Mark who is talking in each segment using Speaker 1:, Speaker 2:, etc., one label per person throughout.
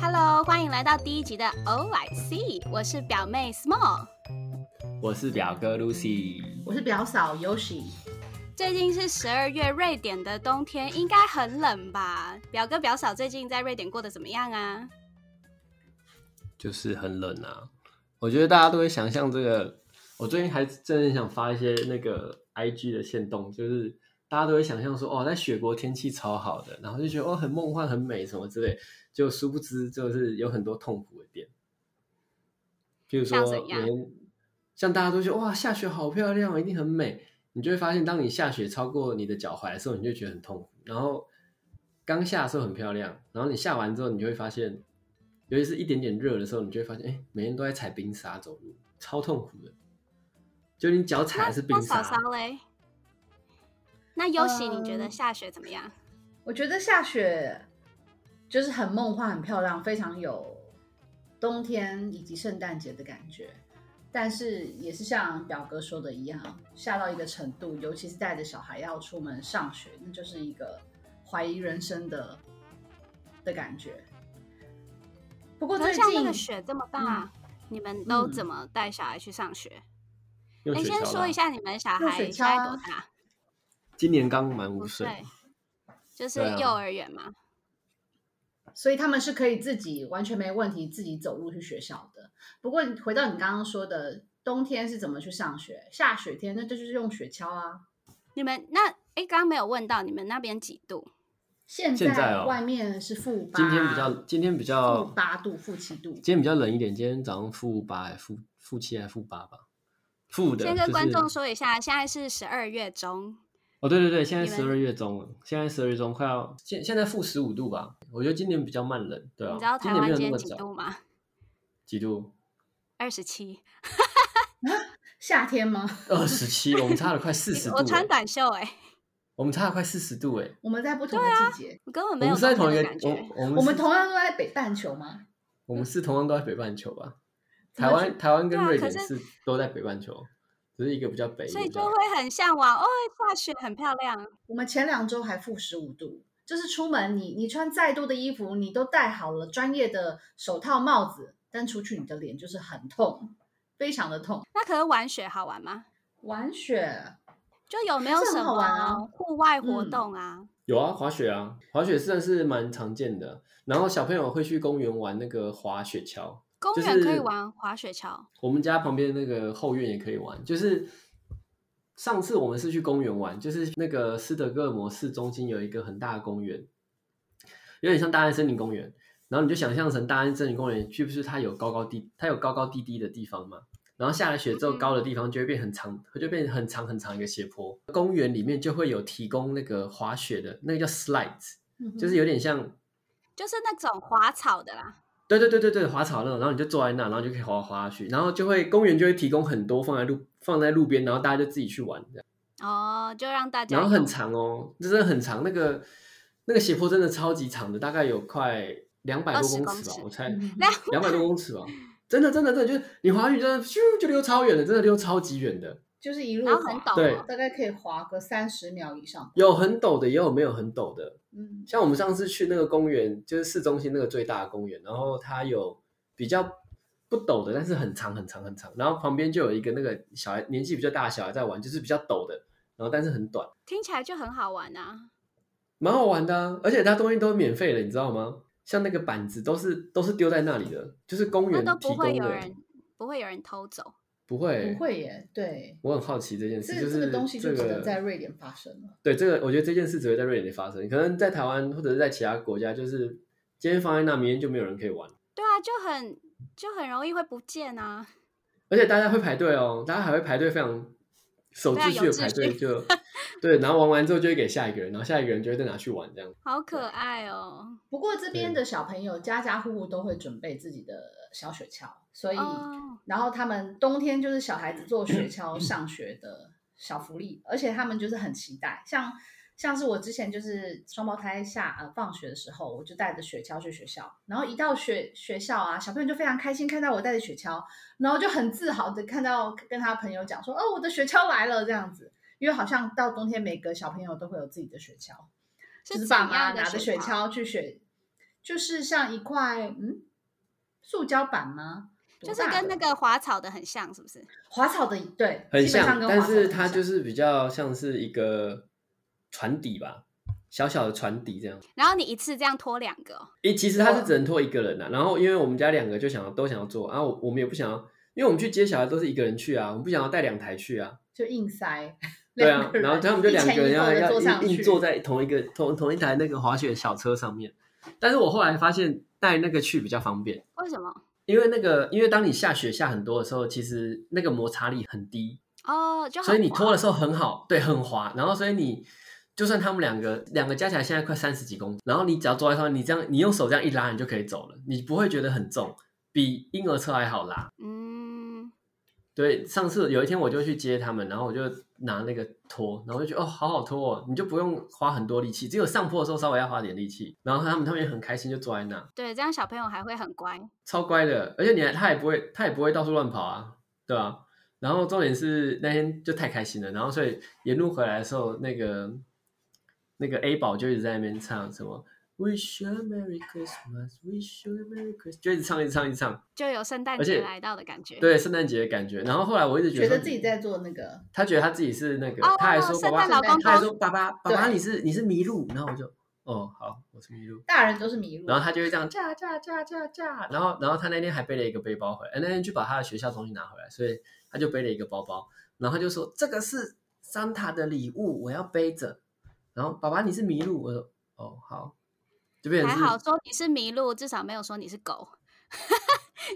Speaker 1: Hello，欢迎来到第一集的 Oh I See，我是表妹 Small。
Speaker 2: 我是表哥 Lucy，
Speaker 3: 我是表嫂 Yoshi，
Speaker 1: 最近是十二月，瑞典的冬天应该很冷吧？表哥表嫂最近在瑞典过得怎么样啊？
Speaker 2: 就是很冷啊。我觉得大家都会想象这个，我最近还真的很想发一些那个 IG 的线动，就是大家都会想象说，哦，在雪国天气超好的，然后就觉得哦很梦幻、很美什么之类，就殊不知就是有很多痛苦的点，譬如
Speaker 1: 像
Speaker 2: 说
Speaker 1: 怎样
Speaker 2: 每天像大家都觉得哇下雪好漂亮，一定很美，你就会发现，当你下雪超过你的脚踝的时候，你就觉得很痛苦。然后刚下的时候很漂亮，然后你下完之后，你就会发现，尤其是一点点热的时候，你就会发现，哎，每天都在踩冰沙走路，超痛苦的。就你脚踩
Speaker 1: 那
Speaker 2: 的是冰
Speaker 1: 那嫂
Speaker 2: 沙，
Speaker 1: 嫂嘞？那优喜，
Speaker 3: 嗯
Speaker 1: 你觉得下雪怎么样？
Speaker 3: 我觉得下雪就是很梦幻、很漂亮，非常有冬天以及圣诞节的感觉。但是也是像表哥说的一样，下到一个程度，尤其是带着小孩要出门上学，那就是一个怀疑人生的的感觉。不过
Speaker 1: 可
Speaker 3: 最
Speaker 1: 是像那个
Speaker 3: 近嗯
Speaker 1: 雪这么大，你们都怎么带小孩去上学？
Speaker 2: 用
Speaker 1: 哎，
Speaker 2: 雪
Speaker 1: 先
Speaker 2: 橇
Speaker 1: 说
Speaker 2: 啦
Speaker 1: 一，下你们小
Speaker 3: 用
Speaker 1: 孩
Speaker 3: 雪
Speaker 1: 现在
Speaker 3: 橇
Speaker 1: 多
Speaker 3: 啊
Speaker 1: 大？
Speaker 2: 今年刚满五
Speaker 1: 五
Speaker 2: 岁，
Speaker 1: 岁，就是
Speaker 2: 对啊
Speaker 1: 幼儿园嘛。
Speaker 3: 所以他们是可以自己完全没问题自己走路去学校的。不过你回到你刚刚说的，冬天是怎么去上学？下雪天那就是用雪橇啊。
Speaker 1: 你们那哎，刚刚没有问到你们那边几度？
Speaker 3: 现
Speaker 2: 现在
Speaker 3: 在
Speaker 2: 哦
Speaker 3: 外面是负八，
Speaker 2: 今天比较今天比较
Speaker 3: 负八度、负七度
Speaker 2: 今。天比较冷一点，今天早上负八、负负七还负八吧，负的、就
Speaker 1: 先
Speaker 2: 是。
Speaker 1: 跟观众说一下，现在是十二月中，
Speaker 2: 哦，对对对，现在
Speaker 1: 你们
Speaker 2: 十二月中了，现在十二月中快要现现在负十五度吧，我觉得今年比较慢冷，对啊，
Speaker 1: 你知道
Speaker 2: 今
Speaker 1: 台
Speaker 2: 年
Speaker 1: 湾
Speaker 2: 没有
Speaker 1: 今
Speaker 2: 那
Speaker 1: 天
Speaker 2: 么
Speaker 1: 几
Speaker 2: 早，
Speaker 1: 度吗？
Speaker 2: 几度？
Speaker 1: 二十七，
Speaker 3: 夏天吗？
Speaker 2: 二十七，我们差了快四十度 欸，
Speaker 1: 我穿短袖哎、
Speaker 2: 我们差了快四十度哎，
Speaker 3: 我们在不同的季节，
Speaker 1: 我根本
Speaker 2: 我
Speaker 1: 没有
Speaker 2: 们是在
Speaker 1: 冬
Speaker 2: 同一
Speaker 1: 天
Speaker 2: 个
Speaker 1: 的感，觉。
Speaker 2: 我我们
Speaker 3: 我们
Speaker 2: 是
Speaker 3: 同样都在北半球吗？
Speaker 2: 我们是同样都在北半球吧？
Speaker 3: 怎么
Speaker 2: 台湾台湾跟
Speaker 1: 对啊
Speaker 2: 瑞
Speaker 1: 可
Speaker 2: 典
Speaker 1: 是
Speaker 2: 是都在北半球，只是一个比较北，
Speaker 1: 所
Speaker 2: 一
Speaker 1: 以
Speaker 2: 个比较
Speaker 1: 就会很向往哦，下雪很漂亮。
Speaker 3: 我们前两周还负十五度，就是出门你你穿再多的衣服，你都戴好了专业的手套、帽子，但出去你的脸就是很痛，非常的痛。
Speaker 1: 那可是玩雪好玩吗？
Speaker 3: 玩雪
Speaker 1: 就有没有
Speaker 3: 是
Speaker 1: 什
Speaker 3: 很好玩啊
Speaker 1: 么户外活
Speaker 3: 嗯
Speaker 1: 动啊？
Speaker 2: 有啊，滑雪啊，滑雪算是蛮常见的。然后小朋友会去公园玩那个滑雪橇，
Speaker 1: 公
Speaker 2: 就
Speaker 1: 园可以
Speaker 2: 是
Speaker 1: 玩滑雪橇，
Speaker 2: 我们家旁边那个后院也可以玩。就是上次我们是去公园玩，就是那个斯德哥尔摩市中心有一个很大的公园，有点像大安森林公园。然后你就想象成大安森林公园，是不是它有高高低，它有高高低低的地方嘛？然后下了雪之后，
Speaker 1: 嗯
Speaker 2: 高的地方就会变很长，就变很长很长一个斜坡。公园里面就会有提供那个滑雪的，那个叫 slides，就是
Speaker 3: 嗯
Speaker 2: 有点像
Speaker 1: 就是那种滑草的啦。
Speaker 2: 对对对对对，滑草那种，然后你就坐在那，然后就可以滑来滑去，然后就会公园就会提供很多放在路放在路边，然后大家就自己去玩这样，
Speaker 1: 哦，就让大家
Speaker 2: 然后很
Speaker 1: 有
Speaker 2: 长哦，这真的很长，那个那个斜坡真的超级长的，大概有快两百多
Speaker 1: 20
Speaker 2: 公
Speaker 1: 公
Speaker 2: 尺吧
Speaker 1: 尺，
Speaker 2: 我猜
Speaker 3: 嗯
Speaker 1: 那
Speaker 2: 两百多公尺吧，真的真的真的就是你滑下去真的咻就溜超远了，真的溜超级远的，
Speaker 3: 就是一路
Speaker 1: 然后很
Speaker 3: 滑
Speaker 1: 陡
Speaker 2: 对
Speaker 1: 哦，
Speaker 3: 大概可以滑个三十秒以上。
Speaker 2: 有很陡的，也有没有很陡的，
Speaker 3: 嗯，
Speaker 2: 像我们上次去那个公园，就是市中心那个最大的公园，然后它有比较不陡的，但是很长很长很长，然后旁边就有一个那个小孩年纪比较大的小孩在玩，就是比较陡的，然后但是很短，
Speaker 1: 听起来就很好玩啊。
Speaker 2: 蛮好玩的、啊，而且它东西都免费的，你知道吗？像那个板子都是都是丢在那里的，就是公
Speaker 1: 那
Speaker 2: 园
Speaker 1: 哦都
Speaker 2: 提
Speaker 1: 不会
Speaker 2: 供
Speaker 1: 有
Speaker 2: 的，
Speaker 1: 人不会有人偷走。
Speaker 2: 不会
Speaker 3: 不。会耶，对，
Speaker 2: 我很好奇这件
Speaker 3: 这
Speaker 2: 事，就是
Speaker 3: 这个东西就只
Speaker 2: 这
Speaker 3: 能
Speaker 2: 个
Speaker 3: 在瑞典发生了。
Speaker 2: 对这个，我觉得这件事只会在瑞典发生，可能在台湾或者是在其他国家，就是今天放在那，明天就没有人可以玩。
Speaker 1: 对啊，就很就很容易会不见啊。
Speaker 2: 而且大家会排队哦，大家还会排队，非常守秩序的排 队就，对，然后玩完之后就会给下一个人，然后下一个人就会再拿去玩这样。
Speaker 1: 好
Speaker 3: 啊
Speaker 1: 可爱哦！
Speaker 3: 不过这边的小朋友家家户户都会准备自己的小雪橇，所以、
Speaker 1: 哦，
Speaker 3: 然后他们冬天就是小孩子坐雪橇上学的小福利，而且他们就是很期待，像像是我之前就是双胞胎下呃放学的时候，我就带着雪橇去学校，然后一到学学校啊，小朋友就非常开心看到我带着雪橇，然后就很自豪的看到跟他朋友讲说，哦，我的雪橇来了这样子，因为好像到冬天每个小朋友都会有自己的雪橇，就是是
Speaker 1: 怎
Speaker 3: 爸妈
Speaker 1: 样的
Speaker 3: 拿着雪
Speaker 1: 橇？
Speaker 3: 橇去雪，就是像一块嗯塑胶板吗？
Speaker 1: 就
Speaker 3: 多
Speaker 1: 是
Speaker 3: 大
Speaker 1: 跟那
Speaker 3: 的
Speaker 1: 个滑草的很像，是不是？
Speaker 3: 滑草的对，
Speaker 2: 很
Speaker 3: 基本上
Speaker 2: 像，
Speaker 3: 跟
Speaker 2: 但
Speaker 3: 滑草
Speaker 2: 是
Speaker 3: 很
Speaker 2: 它
Speaker 3: 像
Speaker 2: 就是比较像是一个船底吧，小小的船底这样。
Speaker 1: 然后你一次这样拖两个哦、
Speaker 2: 诶，其实他是只能拖一个人呐、然后因为我们家两个就想要都想要做，然、啊后我我们也不想要，因为我们去接小孩都是一个人去啊，我们不想要带两台去啊。
Speaker 3: 就硬塞，
Speaker 2: 对啊
Speaker 3: 两，个
Speaker 2: 然后
Speaker 3: 人
Speaker 2: 他们就
Speaker 3: 一
Speaker 2: 两
Speaker 3: 前
Speaker 2: 个人
Speaker 3: 一后
Speaker 2: 要
Speaker 3: 地
Speaker 2: 要
Speaker 3: 坐上
Speaker 2: 硬硬
Speaker 3: 去
Speaker 2: 坐在同一个同同一台那个滑雪小车上面。但是我后来发现带那个去比较方便，
Speaker 1: 为什么？
Speaker 2: 因为那个因为当你下雪下很多的时候，其实那个摩擦力很低，
Speaker 1: 哦，就
Speaker 2: 所以
Speaker 1: 很
Speaker 2: 你
Speaker 1: 滑
Speaker 2: 拖的时候很好，对，很滑。然后所以你就算他们两个两个加起来现在快三十几公斤，然后你只要坐在上面，你这样你用手这样一拉，你就可以走了，你不会觉得很重，比婴儿车还好拉。
Speaker 1: 嗯，
Speaker 2: 对，上次有一天我就去接他们，然后我就拿那个拖，然后我就觉得哦，好好拖哦，你就不用花很多力气，只有上坡的时候稍微要花点力气。然后他们他们也很开心，就坐在那，
Speaker 1: 对，这样小朋友还会很乖。
Speaker 2: 超乖的，而且你还他也不会他也不会到处乱跑啊，对啊。然后重点是那天就太开心了，然后所以沿路回来的时候，那个那个 A 宝就一直在那边唱什么 Wish you a Merry Christmas, Wish you a Merry Christmas，就一直唱一直唱一直唱，
Speaker 1: 就有圣诞
Speaker 2: 而
Speaker 1: 节
Speaker 2: 且
Speaker 1: 来到的感觉。
Speaker 2: 对圣诞节的感觉。然后后来我一直觉得
Speaker 3: 觉得
Speaker 2: 说
Speaker 3: 自己在做那个，
Speaker 2: 他觉得他自己是那个，
Speaker 1: 哦
Speaker 2: 他还说
Speaker 1: 圣诞
Speaker 2: 爸爸，
Speaker 1: 老公
Speaker 2: 他还说
Speaker 1: 公
Speaker 2: 爸爸，爸爸
Speaker 3: 对
Speaker 2: 你是你是麋鹿，然后我就哦好，我是麋鹿，
Speaker 3: 大人都是迷路，
Speaker 2: 然后他就会这样驾驾驾驾驾，然后然后他那天还背了一个背包回来，哎那天去把他的学校东西拿回来，所以他就背了一个包包，然后他就说这个是桑塔的礼物，我要背着，然后爸爸你是麋鹿，我说哦好，就变成
Speaker 1: 还
Speaker 2: 是
Speaker 1: 好说你是麋鹿，至少没有说你是狗。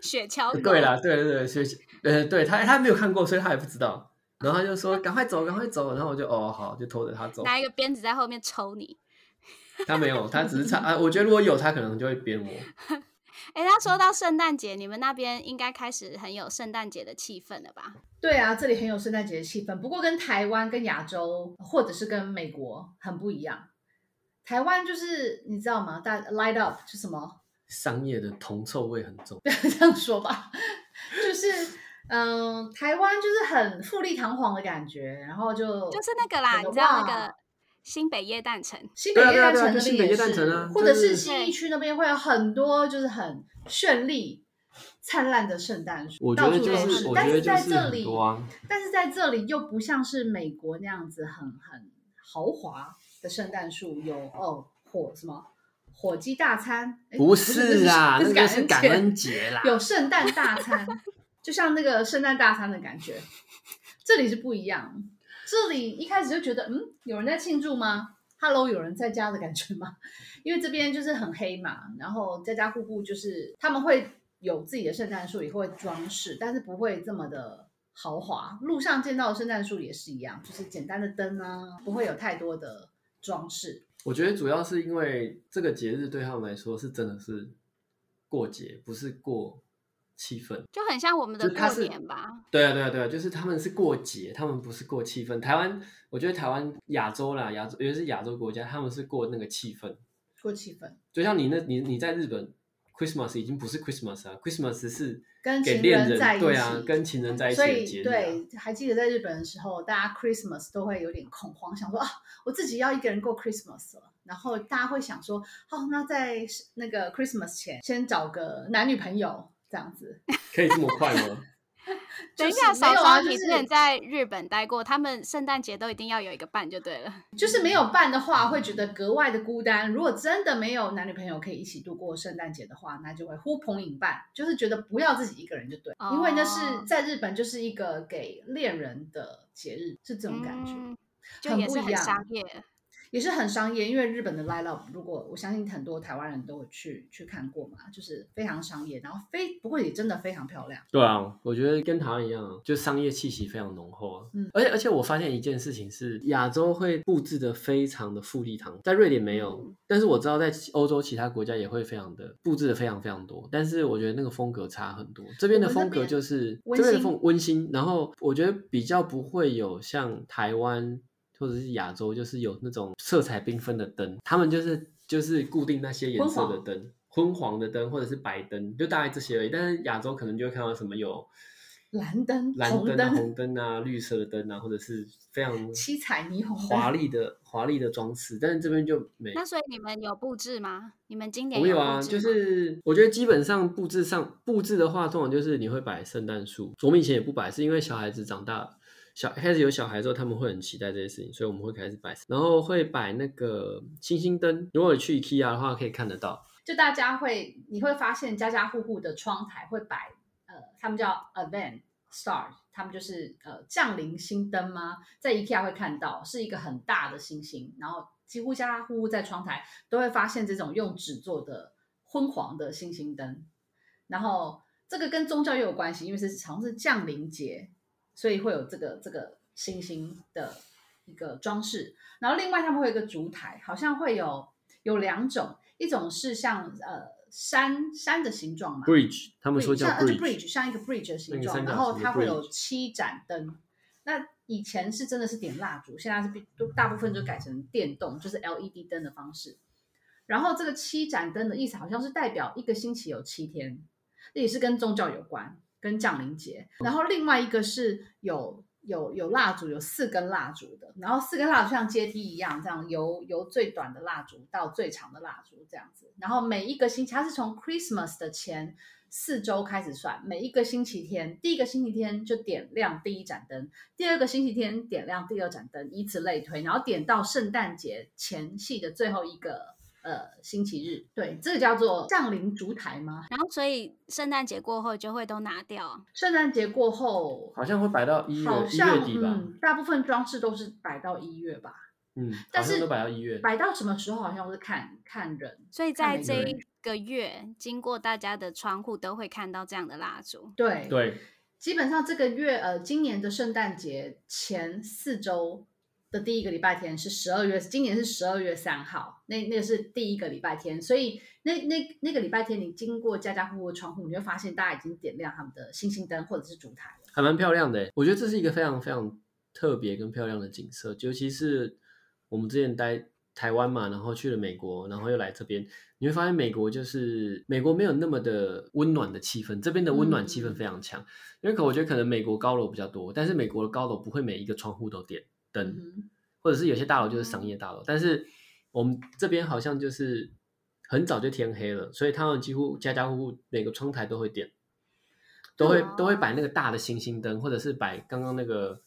Speaker 1: 雪 橇狗
Speaker 2: 对啦，对对对，所以呃，对他他没有看过，所以他也不知道，然后他就说赶快走赶快走，然后我就哦好，就拖着他走，
Speaker 1: 拿一个鞭子在后面抽你。
Speaker 2: 他没有，他只是差啊。我觉得如果有他，可能就会编我。
Speaker 1: 哎，那说到圣诞节，你们那边应该开始很有圣诞节的气氛了吧？
Speaker 3: 对啊，这里很有圣诞节的气氛，不过跟台湾、跟亚洲或者是跟美国很不一样。台湾就是你知道吗？大 light up 是什么？
Speaker 2: 商业的铜臭味很重，
Speaker 3: 这样说吧，就是嗯、台湾就是很富丽堂皇的感觉，然后就
Speaker 1: 就是那个啦，
Speaker 3: 整
Speaker 1: 你知道那
Speaker 3: 哇
Speaker 1: 个新北耶诞城，
Speaker 3: 新北
Speaker 2: 对啊
Speaker 3: 夜
Speaker 2: 对啊
Speaker 3: 诞
Speaker 2: 对啊
Speaker 3: 城
Speaker 2: 就
Speaker 3: 那
Speaker 2: 新
Speaker 3: 边
Speaker 2: 北
Speaker 3: 也
Speaker 2: 夜诞城
Speaker 3: 是，
Speaker 2: 啊
Speaker 3: 或
Speaker 2: 就
Speaker 3: 者是
Speaker 2: 是
Speaker 3: 信义区那边会有很多就是很绚丽、灿烂的圣诞树，
Speaker 2: 我觉
Speaker 3: 到
Speaker 2: 得
Speaker 3: 处
Speaker 2: 就
Speaker 3: 都
Speaker 2: 是，我
Speaker 3: 但
Speaker 2: 觉
Speaker 3: 是
Speaker 2: 得就
Speaker 3: 在
Speaker 2: 是
Speaker 3: 这
Speaker 2: 很
Speaker 3: 里，
Speaker 2: 多啊。
Speaker 3: 但是在这里又不像是美国那样子很很豪华的圣诞树，有哦火什么火鸡大餐，诶
Speaker 2: 不
Speaker 3: 哎是
Speaker 2: 是啊，
Speaker 3: 这
Speaker 2: 那
Speaker 3: 是
Speaker 2: 个是感
Speaker 3: 节
Speaker 2: 恩节啦。
Speaker 3: 有圣诞大餐，就像那个圣诞大餐的感觉。这里是不一样，这里一开始就觉得，嗯，有人在庆祝吗？Hello，有人在家的感觉吗？ 因为这边就是很黑嘛，然后家家户户就是他们会有自己的圣诞树，也会装饰，但是不会这么的豪华。路上见到的圣诞树也是一样，就是简单的灯啊，不会有太多的装饰。
Speaker 2: 我觉得主要是因为这个节日对他们来说是真的是过节，不是过气氛。
Speaker 1: 就很像我们的
Speaker 2: 就是它
Speaker 1: 过
Speaker 2: 是
Speaker 1: 年吧？
Speaker 2: 对啊，对啊，对啊，就是他们是过节，他们不是过气氛。台湾，我觉得台湾亚洲啦，亚洲尤其是亚洲国家，他们是过那个气氛。
Speaker 3: 过气氛，
Speaker 2: 就像你那，你你在日本，Christmas 已经不是 Christmas 啊，Christmas 是
Speaker 3: 跟
Speaker 2: 给
Speaker 3: 情
Speaker 2: 恋
Speaker 3: 人
Speaker 2: 人
Speaker 3: 在一
Speaker 2: 对啊
Speaker 3: 起，
Speaker 2: 跟情人在一起
Speaker 3: 所
Speaker 2: 的
Speaker 3: 以
Speaker 2: 节日、啊。
Speaker 3: 对，还记得在日本的时候，大家 Christmas 都会有点恐慌，想说啊，我自己要一个人过 Christmas 了。然后大家会想说，哦，那在那个 Christmas 前，先找个男女朋友这样子。
Speaker 2: 可以这么快吗？
Speaker 1: 等一
Speaker 3: 就是
Speaker 1: 下，
Speaker 3: 没
Speaker 1: 嫂
Speaker 3: 有啊
Speaker 1: 嫂，
Speaker 3: 就
Speaker 1: 你之
Speaker 3: 是
Speaker 1: 前在日本待过，他们圣诞节都一定要有一个伴就对了。
Speaker 3: 就是没有伴的话，会觉得格外的孤单。如果真的没有男女朋友可以一起度过圣诞节的话，那就会呼朋引伴，就是觉得不要自己一个人就对，
Speaker 1: 哦
Speaker 3: 因为那是在日本就是一个给恋人的节日，是这种感觉。
Speaker 1: 嗯就
Speaker 3: 很
Speaker 1: 也
Speaker 3: 不
Speaker 1: 是
Speaker 3: 一
Speaker 1: 很
Speaker 3: 样
Speaker 1: 商业。
Speaker 3: 也是很商业，因为日本的 l i l up，如果我相信很多台湾人都有去去看过嘛，就是非常商业，然后非不过也真的非常漂亮。
Speaker 2: 对啊，我觉得跟台湾一样啊，就商业气息非常浓厚啊。
Speaker 3: 嗯
Speaker 2: 而且而且我发现一件事情是，亚洲会布置的非常的富丽堂，在瑞典没有
Speaker 1: 嗯，
Speaker 2: 但是我知道在欧洲其他国家也会非常的布置的非常非常多，但是我觉得那个风格差很多。这边的
Speaker 3: 我们那
Speaker 2: 风格
Speaker 3: 边
Speaker 2: 就是
Speaker 3: 温
Speaker 2: 这边的
Speaker 3: 馨
Speaker 2: 风温馨，然后我觉得比较不会有像台湾或者是亚洲，就是有那种色彩缤纷的灯，他们就是就是固定那些颜色的
Speaker 3: 昏黄
Speaker 2: 灯，昏黄的灯或者是白灯，就大概这些而已。但是亚洲可能就会看到什么有
Speaker 3: 蓝灯、
Speaker 2: 蓝
Speaker 3: 红
Speaker 2: 灯啊、
Speaker 3: 灯、
Speaker 2: 红灯啊、绿色的灯啊，或者是非常
Speaker 3: 七彩霓虹
Speaker 2: 华
Speaker 3: 灯，
Speaker 2: 丽的华丽的装饰，但是这边就没。
Speaker 1: 那所以你们有布置吗？你们今年
Speaker 2: 我有
Speaker 1: 布
Speaker 2: 啊，
Speaker 1: 置
Speaker 2: 就
Speaker 1: 吗
Speaker 2: 是我觉得基本上布置上布置的话，通常就是你会摆圣诞树。我们以前也不摆，是因为小孩子长大了，小开始有小孩之后，他们会很期待这些事情，所以我们会开始摆，然后会摆那个星星灯。如果你去 IKEA 的话，可以看得到。
Speaker 3: 就大家会你会发现家家户户的窗台会摆呃，他们叫 event star，他们就是呃降临星灯吗？在 IKEA 会看到是一个很大的星星，然后几乎家家户户在窗台都会发现这种用纸做的昏黄的星星灯，然后这个跟宗教也有关系，因为是好像是降临节，所以会有这个这个星星的一个装饰。然后另外他们会有一个烛台，好像会有有两种，一种是像呃山山的形状嘛
Speaker 2: Bridge，他们说叫
Speaker 3: 像呃就
Speaker 2: bridge，
Speaker 3: 像一个 bridge 的形
Speaker 2: 那个
Speaker 3: 状，
Speaker 2: 三角
Speaker 3: 然后
Speaker 2: 形的
Speaker 3: 它会有
Speaker 2: bridge
Speaker 3: 七盏灯。那以前是真的是点蜡烛，现在是比都大部分就改成电动，就是 LED 灯的方式。然后这个七盏灯的意思好像是代表一个星期有七天，这也是跟宗教有关，跟降临节。然后另外一个是有有有蜡烛，有四根蜡烛的，然后四根蜡烛像阶梯一样，这样由由最短的蜡烛到最长的蜡烛这样子。然后每一个星期，它是从 Christmas 的前四周开始算，每一个星期天，第一个星期天就点亮第一盏灯，第二个星期天点亮第二盏灯，以此类推，然后点到圣诞节前夕的最后一个。呃，星期日，对，这个叫做降临烛台吗？
Speaker 1: 然后所以圣诞节过后就会都拿掉。
Speaker 3: 圣诞节过后，
Speaker 2: 好像会摆到一月
Speaker 3: 好
Speaker 2: 一
Speaker 3: 像
Speaker 2: 月底吧，
Speaker 3: 嗯，大部分装饰都是摆到一月吧，
Speaker 2: 嗯，好
Speaker 3: 但
Speaker 2: 像
Speaker 3: 是
Speaker 2: 都摆到一月。
Speaker 3: 摆到什么时候好像是看看人。
Speaker 1: 所以
Speaker 3: 看
Speaker 1: 在这
Speaker 2: 个
Speaker 3: 每
Speaker 1: 一
Speaker 2: 人
Speaker 1: 个月，经过大家的窗户都会看到这样的蜡 烛。
Speaker 3: 对，
Speaker 2: 对，
Speaker 3: 基本上这个月呃，今年的圣诞节前四周的第一个礼拜天是十二月，今年是十二月三号，那那个是第一个礼拜天，所以那那那个礼拜天你经过家家户户的窗户，你就会发现大家已经点亮他们的星星灯或者是烛台了。
Speaker 2: 还蛮漂亮的欸。我觉得这是一个非常非常特别跟漂亮的景色，尤其是我们之前待台湾嘛，然后去了美国，然后又来这边，你会发现美国就是美国没有那么的温暖的气氛，这边的温暖气氛非常强。因为可我觉得可能美国高楼比较多，但是美国的高楼不会每一个窗户都点灯，
Speaker 3: 嗯
Speaker 2: 或者是有些大楼就是商业大楼，但是我们这边好像就是很早就天黑了，所以他们几乎家家户户每个窗台都会点，都会
Speaker 1: 哦
Speaker 2: 都会摆那个大的星星灯，或者是摆刚刚那个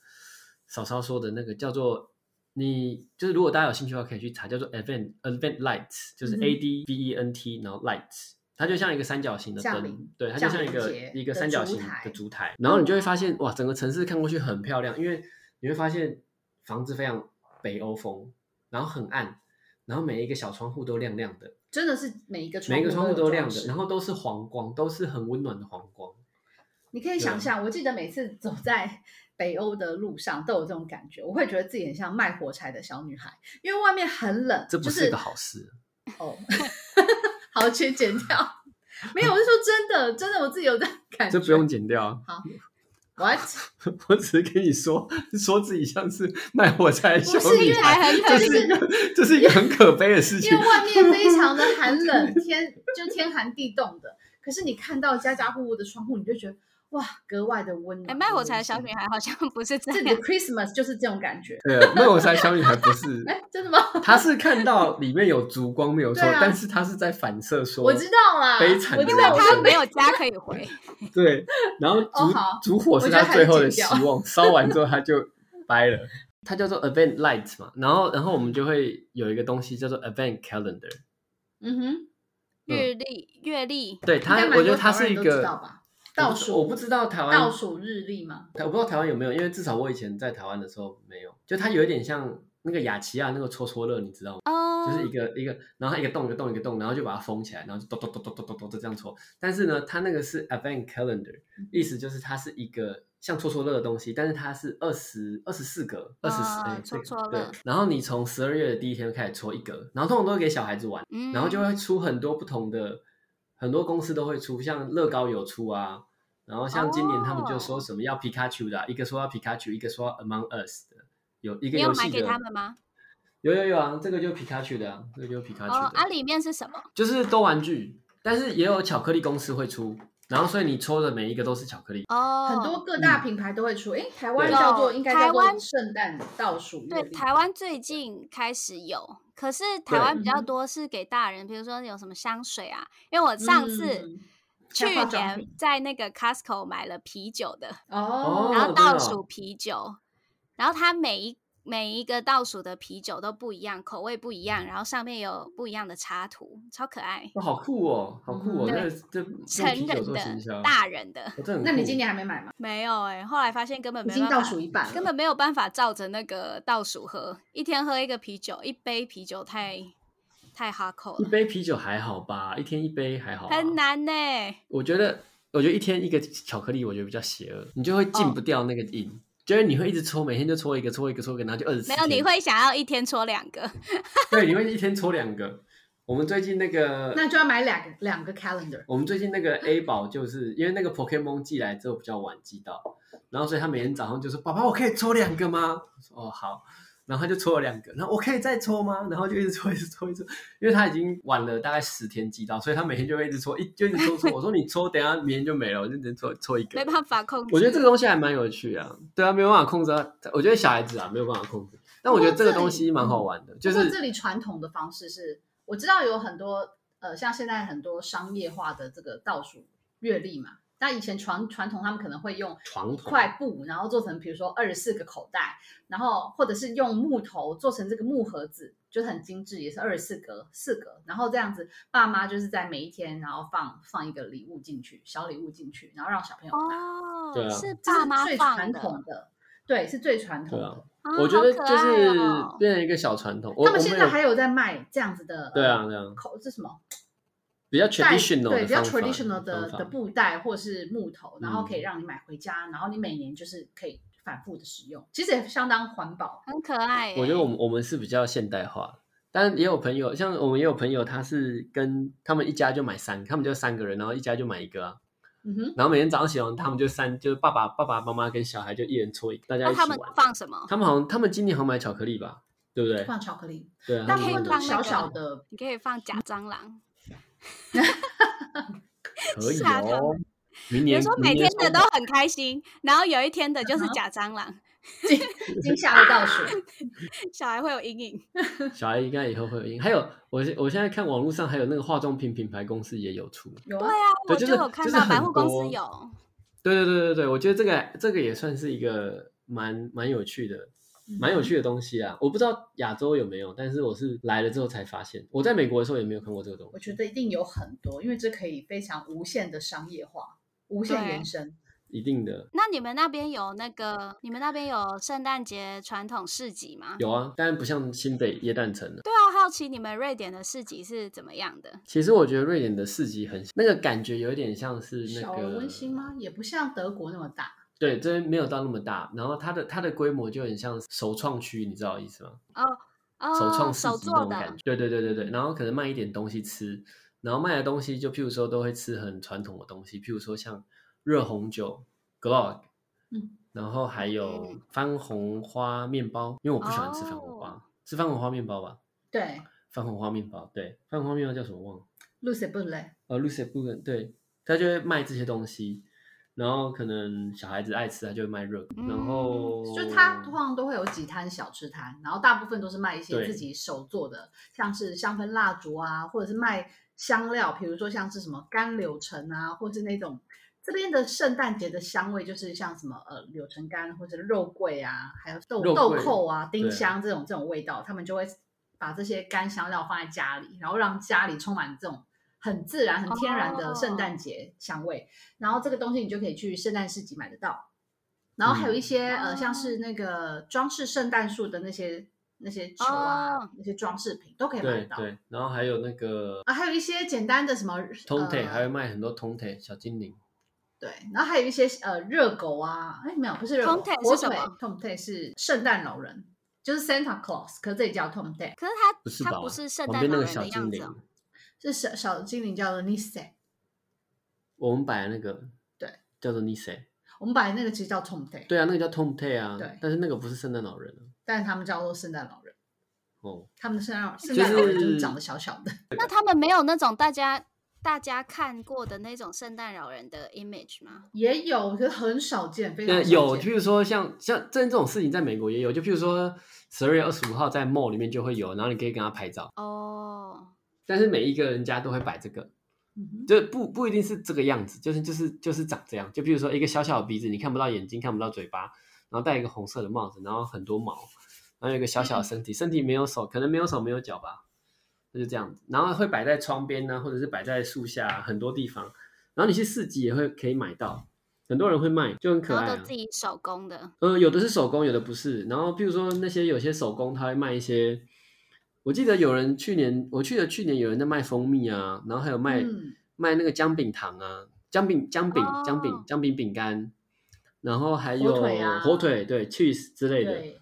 Speaker 2: 嫂嫂说的那个叫做你就是如果大家有兴趣的话，可以去查叫做 event event lights，就是
Speaker 3: 嗯哼
Speaker 2: A D V E N T，然后 lights。它就像一个三角形的
Speaker 3: 降
Speaker 2: 灯
Speaker 3: 临，
Speaker 2: 对，它就像一
Speaker 3: 降
Speaker 2: 个
Speaker 3: 临节
Speaker 2: 一个
Speaker 3: 的
Speaker 2: 三角
Speaker 3: 烛
Speaker 2: 形
Speaker 3: 台
Speaker 2: 的烛台，然后你就会发
Speaker 3: 嗯
Speaker 2: 现哇，整个城市看过去很漂亮，因为你会发现房子非常北欧风，然后很暗，然后每一个小窗户都亮亮的，
Speaker 3: 哼，真的是每一个窗
Speaker 2: 每一个窗户
Speaker 3: 户
Speaker 2: 都
Speaker 3: 有
Speaker 2: 亮
Speaker 3: 装
Speaker 2: 的，
Speaker 3: 饰
Speaker 2: 然后都是黄光，都是很温暖的黄光。
Speaker 3: 你
Speaker 2: 啊
Speaker 3: 可以想象，我记得每次走在 北欧的路上都有这种感觉，我会觉得自己很像卖火柴的小女孩，因为外面很冷，
Speaker 2: 这不
Speaker 3: 就是
Speaker 2: 个好事。啊
Speaker 3: 哦， 好，去剪掉。 没有，我是说真的，真的我自己有这样感觉。
Speaker 2: 这不用剪掉，啊
Speaker 3: ，what？
Speaker 2: 我只是跟你说，说自己像是卖火柴的小
Speaker 3: 不是
Speaker 2: 女
Speaker 3: 因为
Speaker 2: 孩，
Speaker 1: 还很可
Speaker 2: 这是一个这是一个很可悲的事
Speaker 3: 因
Speaker 2: 情
Speaker 3: 为。外面非常的 寒冷，天就天寒地冻的。可是你看到家家户户的窗户，你就觉得哇，格外的温
Speaker 1: 哎，
Speaker 3: 暖。
Speaker 1: 卖火柴的小
Speaker 3: 温馨
Speaker 1: 女孩好像不是这
Speaker 3: 这里
Speaker 1: 样
Speaker 3: 的，Christmas 就是这种感觉。
Speaker 2: 对，啊卖火柴小女孩不是，
Speaker 3: 哎，真的吗？
Speaker 2: 她是看到里面有烛光没有错，
Speaker 3: 对啊
Speaker 2: 但是她是在反射说，
Speaker 3: 我知道啦，
Speaker 2: 悲惨的
Speaker 3: 我知
Speaker 1: 因为
Speaker 3: 道，我
Speaker 1: 她没有家可以回。
Speaker 2: 对，然后
Speaker 3: 哦
Speaker 2: 烛
Speaker 3: 好
Speaker 2: 烛火是
Speaker 3: 我觉得
Speaker 2: 他
Speaker 3: 还
Speaker 2: 最后的
Speaker 3: 是
Speaker 2: 希
Speaker 3: 剪掉
Speaker 2: 望，烧完之后他就掰了。它叫做 event light 嘛，然后然后我们就会有一个东西叫做 event calendar，
Speaker 3: 嗯哼。
Speaker 1: 月历，月历，
Speaker 2: 对它，
Speaker 3: 应该蛮多
Speaker 2: 我觉得它是一
Speaker 3: 台湾人都知
Speaker 2: 个
Speaker 3: 道吧倒数
Speaker 2: 我不知道台湾
Speaker 3: 倒数日历吗？
Speaker 2: 我不知道台湾有没有，因为至少我以前在台湾的时候没有，就它有一点像那个雅琪啊亚那个戳戳乐，你知道吗？
Speaker 1: 哦，
Speaker 2: 就是一个一个，然后它一个洞一个洞一个洞，然后就把它封起来，然后就咚咚咚咚咚咚咚就这样戳。但是呢，它那个是 Advent Calendar，意
Speaker 1: 嗯
Speaker 2: 思就是它是一个像戳戳乐的东西，但是它是二十二十四格，二十
Speaker 1: 啊
Speaker 2: 四哎
Speaker 1: 戳戳乐
Speaker 2: 对，然后你从十二月的第一天开始戳一格，然后通常都会给小孩子玩，
Speaker 1: 嗯，
Speaker 2: 然后就会出很多不同的，很多公司都会出，像乐高有出啊。然后像今年他们就
Speaker 1: 哦
Speaker 2: 说什么要皮卡丘的啊、一个说要皮卡丘，一个说要 Among Us 的，有一个
Speaker 1: 你有
Speaker 2: 游
Speaker 1: 买
Speaker 2: 戏
Speaker 1: 给
Speaker 2: 的，
Speaker 1: 他们吗？
Speaker 2: 有有有啊，这个就皮卡丘的啊，
Speaker 1: 哦
Speaker 2: 这个就皮卡丘的，
Speaker 1: 哦，啊，里面是什么？
Speaker 2: 就是都玩具，但是也有巧克力公司会出，然后所以你抽的每一个都是巧克力，
Speaker 1: 哦，
Speaker 3: 很多各大品牌都会出，哎、台湾
Speaker 2: 对
Speaker 3: 叫做应该
Speaker 1: 台
Speaker 3: 叫做
Speaker 1: 湾
Speaker 3: 圣诞倒数月
Speaker 1: 对
Speaker 3: 历，
Speaker 1: 台湾最近开始有，可是台
Speaker 2: 对
Speaker 1: 湾比较
Speaker 3: 嗯
Speaker 1: 多是给大人，比如说有什么香水啊，因为我上次
Speaker 3: 嗯
Speaker 1: 去
Speaker 3: 像化妆
Speaker 1: 年
Speaker 3: 品
Speaker 1: 在那个 Costco 买了啤酒的，
Speaker 3: 哦，
Speaker 1: 然后
Speaker 2: 真的
Speaker 1: 倒
Speaker 2: 哦
Speaker 1: 数啤酒，然后它每一每一个倒数的啤酒都不一样，口味不一样，然后上面有不一样的插图，超可爱。
Speaker 2: 哇，好酷哦，好酷哦，
Speaker 3: 嗯
Speaker 2: 那个这用
Speaker 1: 成
Speaker 2: 啤酒
Speaker 1: 人
Speaker 2: 做行销
Speaker 1: 的、，大人的
Speaker 2: 哦这很
Speaker 3: 那你
Speaker 2: 酷
Speaker 3: 今年还没买吗？
Speaker 1: 没有哎、后来发现根本
Speaker 3: 已
Speaker 1: 没
Speaker 3: 经
Speaker 1: 办
Speaker 3: 倒
Speaker 1: 法
Speaker 3: 数，一半了，
Speaker 1: 根本没有办法照着那个倒数喝，一天喝一个啤酒，一杯啤酒太太哈口
Speaker 2: 一
Speaker 1: 了，
Speaker 2: 杯啤酒还好吧，一天一杯还好、啊，
Speaker 1: 很难呢、
Speaker 2: 我觉得，我觉得一天一个巧克力，我觉得比较邪恶，你就会
Speaker 1: 哦
Speaker 2: 禁不掉那个瘾，就是你会一直抽，每天就抽一个，抽一个，抽一个，然后就二十四。
Speaker 1: 没有，你会想要一天搓两个，
Speaker 2: 对，你会一天抽两个。我们最近那个，
Speaker 3: 那就要买两个两个 calendar。
Speaker 2: 我们最近那个 A 宝，就是因为那个 Pokemon 寄来之后比较晚寄到，然后所以他每天早上就说：“爸爸，我可以抽两个吗？”我说：“哦，好。”然后他就抽了两个，然后我可以再抽吗？然后就一直抽，一直抽，一直抽，因为他已经晚了大概十天寄到，所以他每天就会一直抽，一就一直抽抽。我说你抽，等一下明天就没了，我就只能抽抽一个。
Speaker 1: 没办法控制。
Speaker 2: 我觉得这个东西还蛮有趣啊，对啊，没有办法控制啊。我觉得小孩子啊没有办法控制，但我觉得这个东西蛮好玩的，就
Speaker 3: 不过这
Speaker 2: 是
Speaker 3: 里传统的方式是，我知道有很多呃，像现在很多商业化的这个倒数月历嘛，那以前传传统他们可能会用
Speaker 2: 床
Speaker 3: 一
Speaker 2: 头
Speaker 3: 块布，然后做成比如说二十四个口袋，然后或者是用木头做成这个木盒子，就是很精致，也是二十四格四格，然后这样子爸妈就是在每一天然后放放一个礼物进去，小礼物进去，然后让小朋友拿，
Speaker 1: 哦，
Speaker 2: 对啊
Speaker 1: 是
Speaker 3: 这
Speaker 1: 爸妈
Speaker 3: 是最
Speaker 1: 放
Speaker 3: 传
Speaker 1: 的，
Speaker 3: 统的，对，是最传统
Speaker 2: 对
Speaker 3: 的
Speaker 2: 啊。我觉得就是
Speaker 1: 哦、
Speaker 2: 变成一个小传统。我
Speaker 3: 他们
Speaker 2: 我
Speaker 3: 现
Speaker 2: 有
Speaker 3: 在还有在卖这样子的，呃
Speaker 2: 对啊，对啊，
Speaker 3: 口这什么
Speaker 2: 比较
Speaker 3: 带
Speaker 2: traditional
Speaker 3: 对，
Speaker 2: 的
Speaker 3: 比较
Speaker 2: 方法
Speaker 3: traditional 的
Speaker 2: 方法
Speaker 3: 的布袋或是木头，然后
Speaker 2: 嗯
Speaker 3: 可以让你买回家，然后你每年就是可以反复的使用，其实也相当环保。
Speaker 1: 很可爱、欸。
Speaker 2: 我觉得我们我们是比较现代化的，但也有朋友，像我们也有朋友，他是跟他们一家就买三，他们就三个人，然后一家就买一个啊，
Speaker 3: 嗯哼，
Speaker 2: 然后每天早上起床，他们就三，就是爸爸、爸爸妈妈跟小孩就一人抽一个，大家
Speaker 1: 那
Speaker 2: 一
Speaker 1: 哦
Speaker 2: 起
Speaker 1: 他们
Speaker 2: 玩。
Speaker 1: 放什么？
Speaker 2: 他们好像，他们今年好像买巧克力吧，对不对？
Speaker 3: 放巧克力，
Speaker 2: 对啊，
Speaker 3: 大
Speaker 2: 他
Speaker 3: 部
Speaker 2: 们
Speaker 3: 分
Speaker 2: 就
Speaker 3: 都
Speaker 2: 买
Speaker 3: 是
Speaker 1: 可以放那
Speaker 3: 小
Speaker 1: 个
Speaker 3: 小的，
Speaker 1: 你可以放假蟑螂。
Speaker 2: 可以
Speaker 1: 吓到
Speaker 2: 哦。
Speaker 1: 比
Speaker 2: 明年
Speaker 1: 如说每
Speaker 2: 明
Speaker 1: 天
Speaker 2: 年嗯
Speaker 1: 的都很开心，然后有一天的就是假蟑螂，
Speaker 3: 惊吓的倒数。
Speaker 1: 小孩会有阴影。
Speaker 2: 小孩应该以后会有影。还有，我现我现在看网络上还有那个化妆品品牌公司也有出。
Speaker 3: 有
Speaker 1: 对
Speaker 3: 啊，
Speaker 1: 啊，我
Speaker 2: 对就是
Speaker 1: 有看
Speaker 2: 就是
Speaker 1: 到
Speaker 2: 很
Speaker 1: 百货公
Speaker 2: 多
Speaker 1: 司有，
Speaker 2: 对对对对对，我觉得这个这个也算是一个蛮蛮有趣的。
Speaker 3: 嗯
Speaker 2: 蛮有趣的东西啊，我不知道亚洲有没有，但是我是来了之后才发现，我在美国的时候也没有看过这个东西
Speaker 3: 我。觉得一定有很多，因为这可以非常无限的商业化，无限
Speaker 1: 对
Speaker 3: 延伸。
Speaker 2: 一定的
Speaker 1: 那你们那边有那个，你们那边有圣诞节传统市集吗？
Speaker 2: 有啊，当然不像新北耶诞城了。
Speaker 1: 对啊，好奇你们瑞典的市集是怎么样的？
Speaker 2: 其实我觉得瑞典的市集很那个感觉有点像是那
Speaker 3: 小
Speaker 2: 个
Speaker 3: 而温馨吗？也不像德国那么大
Speaker 2: 对，这边没有到那么大，然后它的它的规模就很像首创区，你知道我意思吗？
Speaker 1: 哦，
Speaker 2: 首创市
Speaker 1: 手
Speaker 2: 集那
Speaker 1: 做
Speaker 2: 种
Speaker 1: 的
Speaker 2: 感觉。对对对对对，然后可能卖一点东西吃，然后卖的东西就譬如说都会吃很传统的东西，譬如说像热红酒 （glögg），
Speaker 3: 嗯，
Speaker 2: 然后还有番红花面包，因为我不喜欢吃番红花，
Speaker 1: 哦
Speaker 2: 吃番红花面包吧？
Speaker 3: 对
Speaker 2: 番红花面包，对，番红花面包叫什么忘了？
Speaker 3: l u c y b u l e
Speaker 2: 呃 l u c y b u g e n 对，他就会卖这些东西。然后可能小孩子爱吃，他就会卖热狗。
Speaker 1: 嗯
Speaker 2: 然后
Speaker 3: 就它通常都会有几摊小吃摊，然后大部分都是卖一些
Speaker 2: 对
Speaker 3: 自己手做的，像是香氛蜡烛啊，或者是卖香料，比如说像是什么干柳橙啊，或是那种这边的圣诞节的香味，就是像什么呃柳橙干或者肉桂啊，还有豆
Speaker 2: 肉
Speaker 3: 豆
Speaker 2: 桂
Speaker 3: 蔻啊、丁
Speaker 2: 对
Speaker 3: 香这种这种味道，他们就会把这些干香料放在家里，然后让家里充满这种。很自然、很天然的圣诞节香味然后这个东西你就可以去圣诞市集买得到。然后
Speaker 2: 嗯
Speaker 3: 还有一些、呃，
Speaker 1: 哦
Speaker 3: 像是那个装饰圣诞树的那些那些球啊，
Speaker 1: 哦
Speaker 3: 那些装饰品都可以买得
Speaker 2: 对
Speaker 3: 到。
Speaker 2: 对，然后还有那个
Speaker 3: 啊，还有一些简单的什么
Speaker 2: Tonte，、还会
Speaker 3: 呃、
Speaker 2: 卖很多 Tonte 小精灵。
Speaker 3: 对，然后还有一些呃热狗啊，哎没有不是热狗
Speaker 1: Tomte 是
Speaker 3: 火
Speaker 1: 什
Speaker 3: 腿
Speaker 1: 么
Speaker 3: t o m t 是圣诞老人，就是 Santa Claus，可是这里叫 t o m t
Speaker 1: 可是
Speaker 2: 不是
Speaker 1: 它
Speaker 2: 吧？
Speaker 1: 它不是圣
Speaker 2: 旁
Speaker 1: 诞
Speaker 2: 边那
Speaker 1: 老
Speaker 2: 个
Speaker 1: 人
Speaker 2: 小
Speaker 1: 的
Speaker 2: 精
Speaker 1: 样
Speaker 2: 灵
Speaker 1: 子，哦，
Speaker 3: 是小小精灵叫做 Nisse，
Speaker 2: 我们摆的那个
Speaker 3: 对
Speaker 2: 叫做 Nisse，
Speaker 3: 我们把那个其实叫 t o m t
Speaker 2: 对啊，那个叫 Tomte 啊，
Speaker 3: 对
Speaker 2: 但是那个不是圣诞老人啊
Speaker 3: 但是他们叫做圣诞老人，
Speaker 2: 哦，
Speaker 3: 他们的圣诞圣
Speaker 2: 就
Speaker 3: 诞老人就是
Speaker 2: 是啊
Speaker 3: 长得小小的，
Speaker 1: 那他们没有那种大家大家看过的那种圣诞老人的 image 吗？
Speaker 3: 也有，可是很少见，非常
Speaker 2: 呃，
Speaker 3: 少见
Speaker 2: 有，譬如说像像这这种事情，在美国也有，就譬如说十二月二十五号在 mall 里面就会有，然后你可以跟他拍照，
Speaker 1: 哦，
Speaker 2: 但是每一个人家都会摆这个，
Speaker 3: 嗯哼
Speaker 2: 就不不一定是这个样子，就是就是就是长这样，就譬如说一个小小的鼻子，你看不到眼睛，看不到嘴巴，然后戴一个红色的帽子，然后很多毛，然后有一个小小
Speaker 1: 嗯
Speaker 2: 的身体，身体没有手，可能没有手没有脚吧，就是这样子，然后会摆在窗边呢、或者是摆在树下、啊很多地方，然后你去市集也会可以买到，很多人会卖，就很可
Speaker 1: 然
Speaker 2: 爱、
Speaker 1: 后
Speaker 2: 啊
Speaker 1: 都自。己手工的，
Speaker 2: 呃，有的是手工，有的不是。然后，譬如说那些有些手工，他会卖一些。我记得有人去年我去的去年有人在卖蜂蜜啊，然后还有卖、
Speaker 3: 嗯
Speaker 2: 卖那个姜饼糖啊，姜饼姜饼姜饼
Speaker 1: 哦
Speaker 2: 姜饼饼干，然后还
Speaker 3: 火
Speaker 2: 有
Speaker 3: 腿啊
Speaker 2: 火腿对 cheese 之类的。
Speaker 3: 对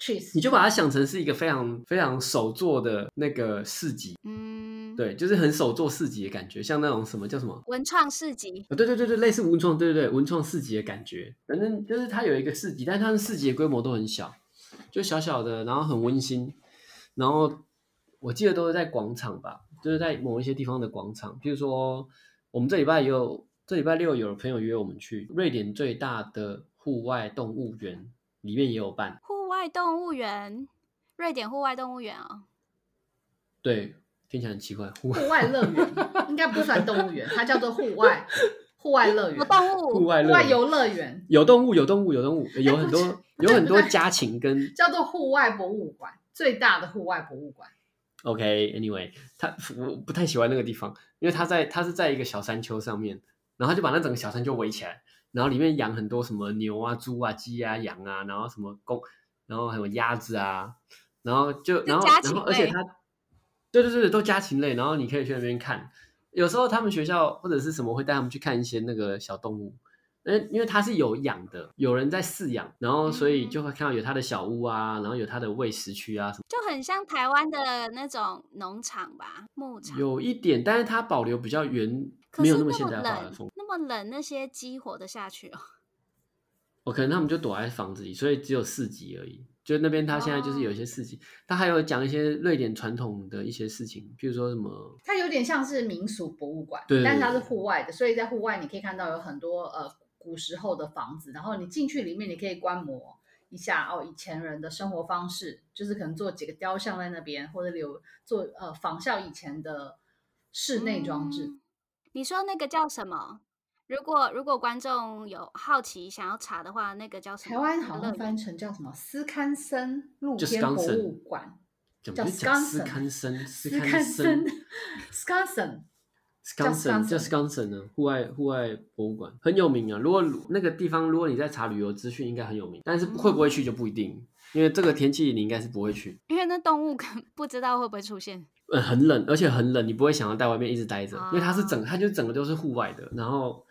Speaker 3: ，cheese，
Speaker 2: 你就把它想成是一个非常非常手做的那个市集，
Speaker 1: 嗯，，
Speaker 2: 对，就是很手做市集的感觉，像那种什么叫什么
Speaker 1: 文创市集，
Speaker 2: 啊，对对对对，类似文创，对对对，文创市集的感觉。反正就是它有一个市集，但是它的市集的规模都很小，就小小的，然后很温馨。然后我记得都是在广场吧，就是在某一些地方的广场，比如说我们这礼拜也有，这礼拜六有朋友约我们去瑞典最大的户外动物园，里面也有办。
Speaker 1: 户外动物园，瑞典户外动物园哦，
Speaker 2: 对，听起来很奇怪，户外
Speaker 3: 户外乐园应该不算动物园，它叫做户外户外乐园
Speaker 1: 哦，，动物
Speaker 2: 啊户外
Speaker 3: 户
Speaker 2: 乐
Speaker 3: 外
Speaker 2: 园
Speaker 3: 游乐园
Speaker 2: 有动物，有动物，有动物，有很
Speaker 3: 不是
Speaker 2: 多
Speaker 3: 不
Speaker 2: 有
Speaker 3: 对
Speaker 2: 很
Speaker 3: 不
Speaker 2: 多
Speaker 3: 对
Speaker 2: 家禽跟
Speaker 3: 叫做户外博物馆，最大的户外博物馆。
Speaker 2: OK，Anyway，、他我不太喜欢那个地方，因为他在他是在一个小山丘上面，然后他就把那整个小山丘围起来，然后里面养很多什么牛啊、猪啊、鸡啊、羊啊，然后什么公，然后还有鸭子啊，然后就然后
Speaker 1: 家
Speaker 2: 然后
Speaker 1: 禽
Speaker 2: 而且
Speaker 1: 类
Speaker 2: 他，对对对，都家禽类，然后你可以去那边看，有时候他们学校或者是什么会带他们去看一些那个小动物，那因为它是有养的，有人在饲养，然后所以
Speaker 1: 嗯
Speaker 2: 就会看到有它的小屋啊，然后有它的喂食区啊什么。
Speaker 1: 就很像台湾的那种农场吧，牧场。
Speaker 2: 有一点，但是它保留比较原，
Speaker 1: 可
Speaker 2: 没
Speaker 1: 是
Speaker 2: 有那
Speaker 1: 那
Speaker 2: 么
Speaker 1: 么
Speaker 2: 现代化的风
Speaker 1: 冷，那么冷，那些鸡活得下去哦？
Speaker 2: 我可能他们就躲在房子里，所以只有四级而已。就那边他现在就是有一
Speaker 1: 哦
Speaker 2: 些四级，他还有讲一些瑞典传统的一些事情，譬如说什么，
Speaker 3: 它有点像是民俗博物馆，
Speaker 2: 对对对
Speaker 3: 但是它是户外的，所以在户外你可以看到有很多呃古时候的房子，然后你进去里面你可以观摩一下哦以前人的生活方式，就是可能做几个雕像在那边，或者留做呃仿效以前的室内装置。
Speaker 1: 嗯你说那个叫什么？如果如果观众有好奇想要查的话，那个叫什么？
Speaker 3: 台湾
Speaker 1: 那个
Speaker 3: 好
Speaker 1: 乐
Speaker 3: 像
Speaker 1: 园
Speaker 3: 翻成叫什么斯堪森露
Speaker 2: 就
Speaker 3: 天博
Speaker 2: Skansen
Speaker 3: 物馆，
Speaker 2: 讲
Speaker 3: 叫
Speaker 2: 不是讲
Speaker 3: Skansen
Speaker 2: 斯堪森，斯
Speaker 3: 斯
Speaker 2: 堪
Speaker 3: 堪森
Speaker 2: 森
Speaker 3: ，Skansen，
Speaker 2: 斯堪森叫
Speaker 3: Skansen
Speaker 2: 斯堪森呢，户外户外博物馆很有名啊。如果那个地方，如果你在查旅游资讯，应该很有名，但是会不会去就不一定，因为这个天气你应该是不会去。
Speaker 1: 因为那动物可能 不知道会不会出现。
Speaker 2: 呃，很冷，而且很冷，你不会想要在外面一直待着，因为它是
Speaker 1: 啊
Speaker 2: 整，它就整个都是户外的，然后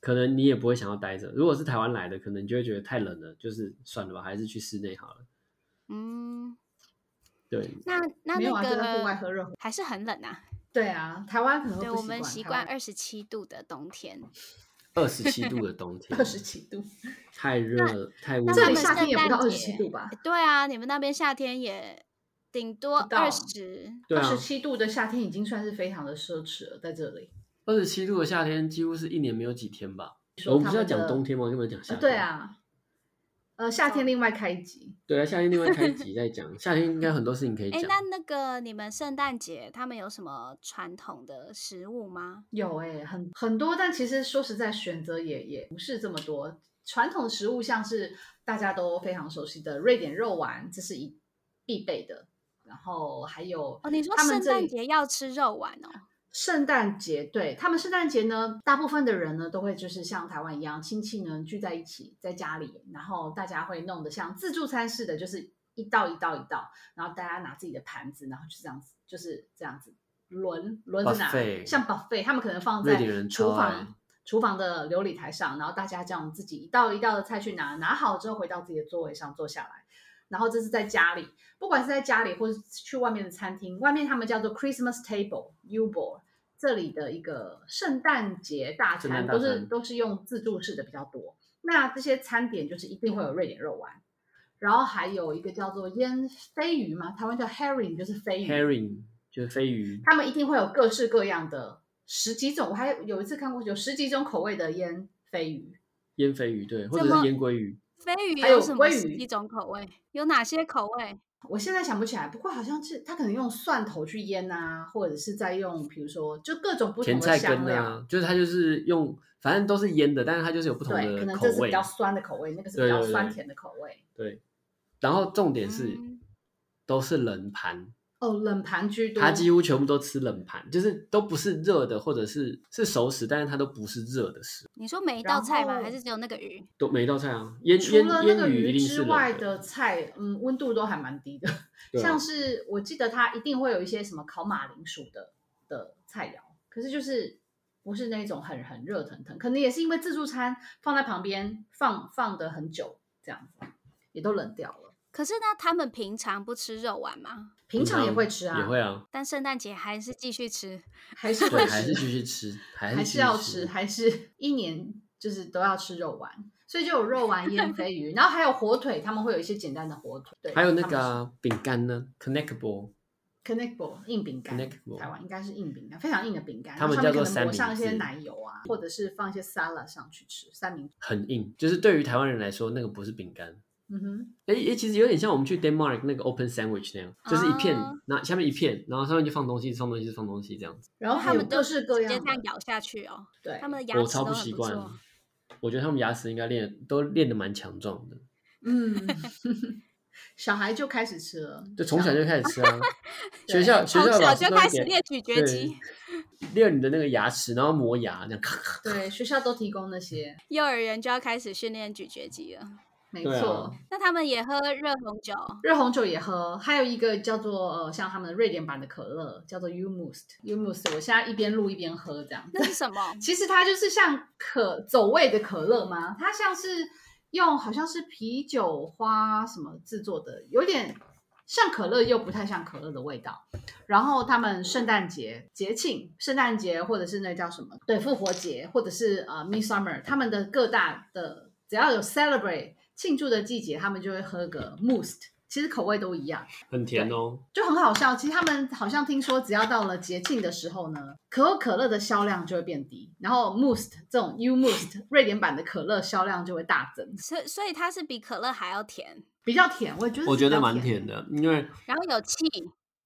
Speaker 2: 可能你也不会想要待着。如果是台湾来的，可能你就会觉得太冷了，就是算了吧，还是去室内好了。
Speaker 1: 嗯，
Speaker 2: 对，
Speaker 1: 那 那
Speaker 3: 没有
Speaker 1: 那
Speaker 3: 啊，就在户外
Speaker 1: 个
Speaker 3: 喝热火。
Speaker 1: 还是很冷啊。
Speaker 3: 对啊，台湾可能会
Speaker 1: 对，
Speaker 3: 不
Speaker 1: 我们习惯
Speaker 3: 台
Speaker 1: 二十七度的冬天。
Speaker 2: 二十七度的冬天
Speaker 3: 湾，二十几度，
Speaker 2: 太热了，太温
Speaker 1: 那
Speaker 2: 暖
Speaker 3: 这
Speaker 1: 他
Speaker 3: 里
Speaker 1: 们
Speaker 2: 了。
Speaker 3: 夏天也不
Speaker 1: 圣
Speaker 3: 到
Speaker 1: 诞
Speaker 3: 二
Speaker 1: 节
Speaker 3: 十七度吧？
Speaker 1: 对啊，你们那边夏天也顶多
Speaker 3: 不到
Speaker 1: 二十。
Speaker 2: 对
Speaker 3: 二
Speaker 2: 啊
Speaker 3: 十，七度的夏天已经算是非常的奢侈了，在这里。
Speaker 2: 二十七度的夏天几乎是一年没有几天吧。
Speaker 3: 说
Speaker 2: 我们不
Speaker 3: 他
Speaker 2: 是要
Speaker 3: 们
Speaker 2: 讲
Speaker 3: 的
Speaker 2: 冬天吗？我根本讲夏天。
Speaker 3: 呃对，啊，呃，夏天另外开一集，
Speaker 2: 对啊，夏天另外开一集再讲。夏天应该很多事情可 以
Speaker 1: 哎，
Speaker 2: 讲。
Speaker 1: 那那个你们圣诞节他们有什么传统的食物吗？
Speaker 3: 有哎、很很多，但其实说实在，选择也也不是这么多。传统食物像是大家都非常熟悉的瑞典肉丸，这是一必备的。然后还有
Speaker 1: 哦，你说
Speaker 3: 他们
Speaker 1: 圣
Speaker 3: 这
Speaker 1: 诞
Speaker 3: 里
Speaker 1: 节要吃肉丸哦？
Speaker 3: 圣诞节，对他们圣诞节呢，大部分的人呢都会就是像台湾一样，亲戚呢聚在一起，在家里，然后大家会弄得像自助餐似的，就是一道一道一道，然后大家拿自己的盘子，然后就这样子，就是这样子轮轮着拿
Speaker 2: Buffet
Speaker 3: 像 buffet，他们可能放
Speaker 2: 瑞
Speaker 3: 在
Speaker 2: 典人超
Speaker 3: 厨
Speaker 2: 爱
Speaker 3: 房厨房的琉璃台上，然后大家这样自己一道一道的菜去拿，拿好之后回到自己的座位上坐下来，然后这是在家里，不管是在家里或是去外面的餐厅，外面他们叫做 Christmas table U board，这里的一个圣诞节大
Speaker 2: 圣诞
Speaker 3: 餐
Speaker 2: 大
Speaker 3: 都是
Speaker 2: 餐
Speaker 3: 都是用自助式的比较多。那这些餐点就是一定会有瑞典肉丸，然后还有一个叫做腌飞鱼嘛，台湾叫 herring，就是飞鱼。
Speaker 2: herring 就是飞鱼，
Speaker 3: 他们一定会有各式各样的十几种，我还有一次看过有十几种口味的腌鲱鱼，
Speaker 2: 腌鲱鱼对，或 者
Speaker 1: 这么
Speaker 2: 是腌鲑鱼，
Speaker 1: 飞鱼
Speaker 3: 还有
Speaker 1: 什么
Speaker 3: 鲑鱼
Speaker 1: 一种口味？有哪些口味？
Speaker 3: 我现在想不起来，不过好像是他可能用蒜头去腌啊，或者是在用比如说就各种不同
Speaker 2: 甜
Speaker 3: 的
Speaker 2: 菜
Speaker 3: 香
Speaker 2: 根
Speaker 3: 料，
Speaker 2: 啊，就是它就是用，反正都是腌的，但是它就是有不同
Speaker 3: 对，可
Speaker 2: 的
Speaker 3: 能
Speaker 2: 口
Speaker 3: 这是比
Speaker 2: 味
Speaker 3: 较。酸的口味，那个是
Speaker 2: 对
Speaker 3: 比较
Speaker 2: 对对
Speaker 3: 酸甜的口味。
Speaker 2: 对，然后重点是、
Speaker 1: 嗯
Speaker 2: 都是冷盘，
Speaker 3: 哦，冷盘居多，
Speaker 2: 它几乎全部都吃冷盘，就是都不是热的，或者是是熟食，但是它都不是热的食物。
Speaker 1: 你说每一
Speaker 3: 然
Speaker 1: 道菜吗？
Speaker 3: 后
Speaker 1: 还是只有那个鱼？
Speaker 2: 都每一道菜啊，腌
Speaker 3: 除
Speaker 2: 腌
Speaker 3: 了那个
Speaker 2: 腌鱼一
Speaker 3: 鱼
Speaker 2: 定
Speaker 3: 之
Speaker 2: 是冷
Speaker 3: 外
Speaker 2: 的，
Speaker 3: 的菜，嗯，温度都还蛮低的。
Speaker 2: 对啊
Speaker 3: 像是我记得它一定会有一些什么烤马铃薯的的菜肴，可是就是不是那种很很热腾腾，可能也是因为自助餐放在旁边放放的很久，这样子也都冷掉了。
Speaker 1: 可是呢，他们平常不吃肉丸吗？
Speaker 3: 平常也会吃啊，
Speaker 2: 也会 啊，
Speaker 1: 但圣诞节还是继续吃。
Speaker 3: 还是会
Speaker 2: 对，还是
Speaker 3: 吃，
Speaker 2: 继续吃，还是
Speaker 3: 还
Speaker 2: 继
Speaker 3: 是
Speaker 2: 续
Speaker 3: 要吃，还是 一年就是都要吃肉丸，所以就有肉丸腌鲱鱼，然后还有火腿，他们会有一些简单的火腿，对，
Speaker 2: 还有那
Speaker 3: 他们
Speaker 2: 个
Speaker 3: 是
Speaker 2: 啊饼干呢，connectable，
Speaker 3: Connectable 硬饼干
Speaker 2: Connectable
Speaker 3: 台湾应该是硬饼干，非常硬的饼干，
Speaker 2: 他们
Speaker 3: 然
Speaker 2: 叫
Speaker 3: 后上面
Speaker 2: 做
Speaker 3: 可能抹
Speaker 2: 三明
Speaker 3: 上一些
Speaker 2: 治
Speaker 3: 奶油啊，或者是放一些沙拉上去吃三明治。
Speaker 2: 很硬，就是对于台湾人来说，那个不是饼干。
Speaker 3: 嗯哼，
Speaker 2: 哎哎，其实有点像我们去 Denmark 那个 open sandwich 那样，就是一片
Speaker 1: 啊，
Speaker 2: 那、下面一片，然后上面就放东西，放东西，放东西这样子。
Speaker 3: 然后
Speaker 1: 他
Speaker 3: 还有
Speaker 1: 们
Speaker 3: 各
Speaker 1: 都
Speaker 3: 式各
Speaker 1: 直
Speaker 3: 样
Speaker 1: 接这
Speaker 3: 的
Speaker 1: 样，咬下去哦，
Speaker 3: 啊对
Speaker 1: 他，们的牙
Speaker 2: 我
Speaker 1: 齿
Speaker 2: 超
Speaker 1: 都
Speaker 2: 不
Speaker 1: 很
Speaker 2: 习
Speaker 1: 不
Speaker 2: 惯
Speaker 1: 错。，
Speaker 2: 我觉得他们牙齿应该练都练得蛮强壮的，
Speaker 3: 嗯， 小孩就开始吃了，
Speaker 2: 就从小就开始吃啊。
Speaker 3: 对
Speaker 2: 学校学
Speaker 1: 从
Speaker 2: 校
Speaker 1: 小
Speaker 2: 老师
Speaker 1: 就
Speaker 2: 都
Speaker 1: 开
Speaker 2: 会
Speaker 1: 始
Speaker 2: 给
Speaker 1: 练咀嚼肌，
Speaker 2: 对练你的那个牙齿，然后磨牙这样咔咔。
Speaker 3: 对学校都提供那些，
Speaker 1: 幼儿园就要开始训练咀嚼肌了。
Speaker 3: 没
Speaker 2: 对啊
Speaker 3: 错，
Speaker 1: 那他们也喝热红酒，
Speaker 3: 热红酒也喝，还有一个叫做呃，像他们的瑞典版的可乐叫做 U Must，U Must，我现在一边录一边喝这样子？
Speaker 1: 那。是什么
Speaker 3: 其实它就是像可走味的可乐吗？它像是用好像是啤酒花什么制作的，有点像可乐又不太像可乐的味道。然后他们圣诞节节庆，圣诞节或者是那叫什么？对，复活节或者是呃 Midsummer，他们的各大的只要有 celebrate 庆祝的季节，他们就会喝个 mousse，其实口味都一样。
Speaker 2: 很甜哦。
Speaker 3: 就很好笑。其实他们好像听说，只要到了节庆的时候呢，可口可乐的销量就会变低，然后 Must 这种 U Must 瑞典版的可乐销量就会大增，
Speaker 1: 所以所以它是比可乐还要甜，
Speaker 3: 比较甜。我觉得
Speaker 2: 我觉得
Speaker 3: 是比较
Speaker 2: 蛮甜
Speaker 3: 的。
Speaker 2: 的，因为
Speaker 1: 然后有气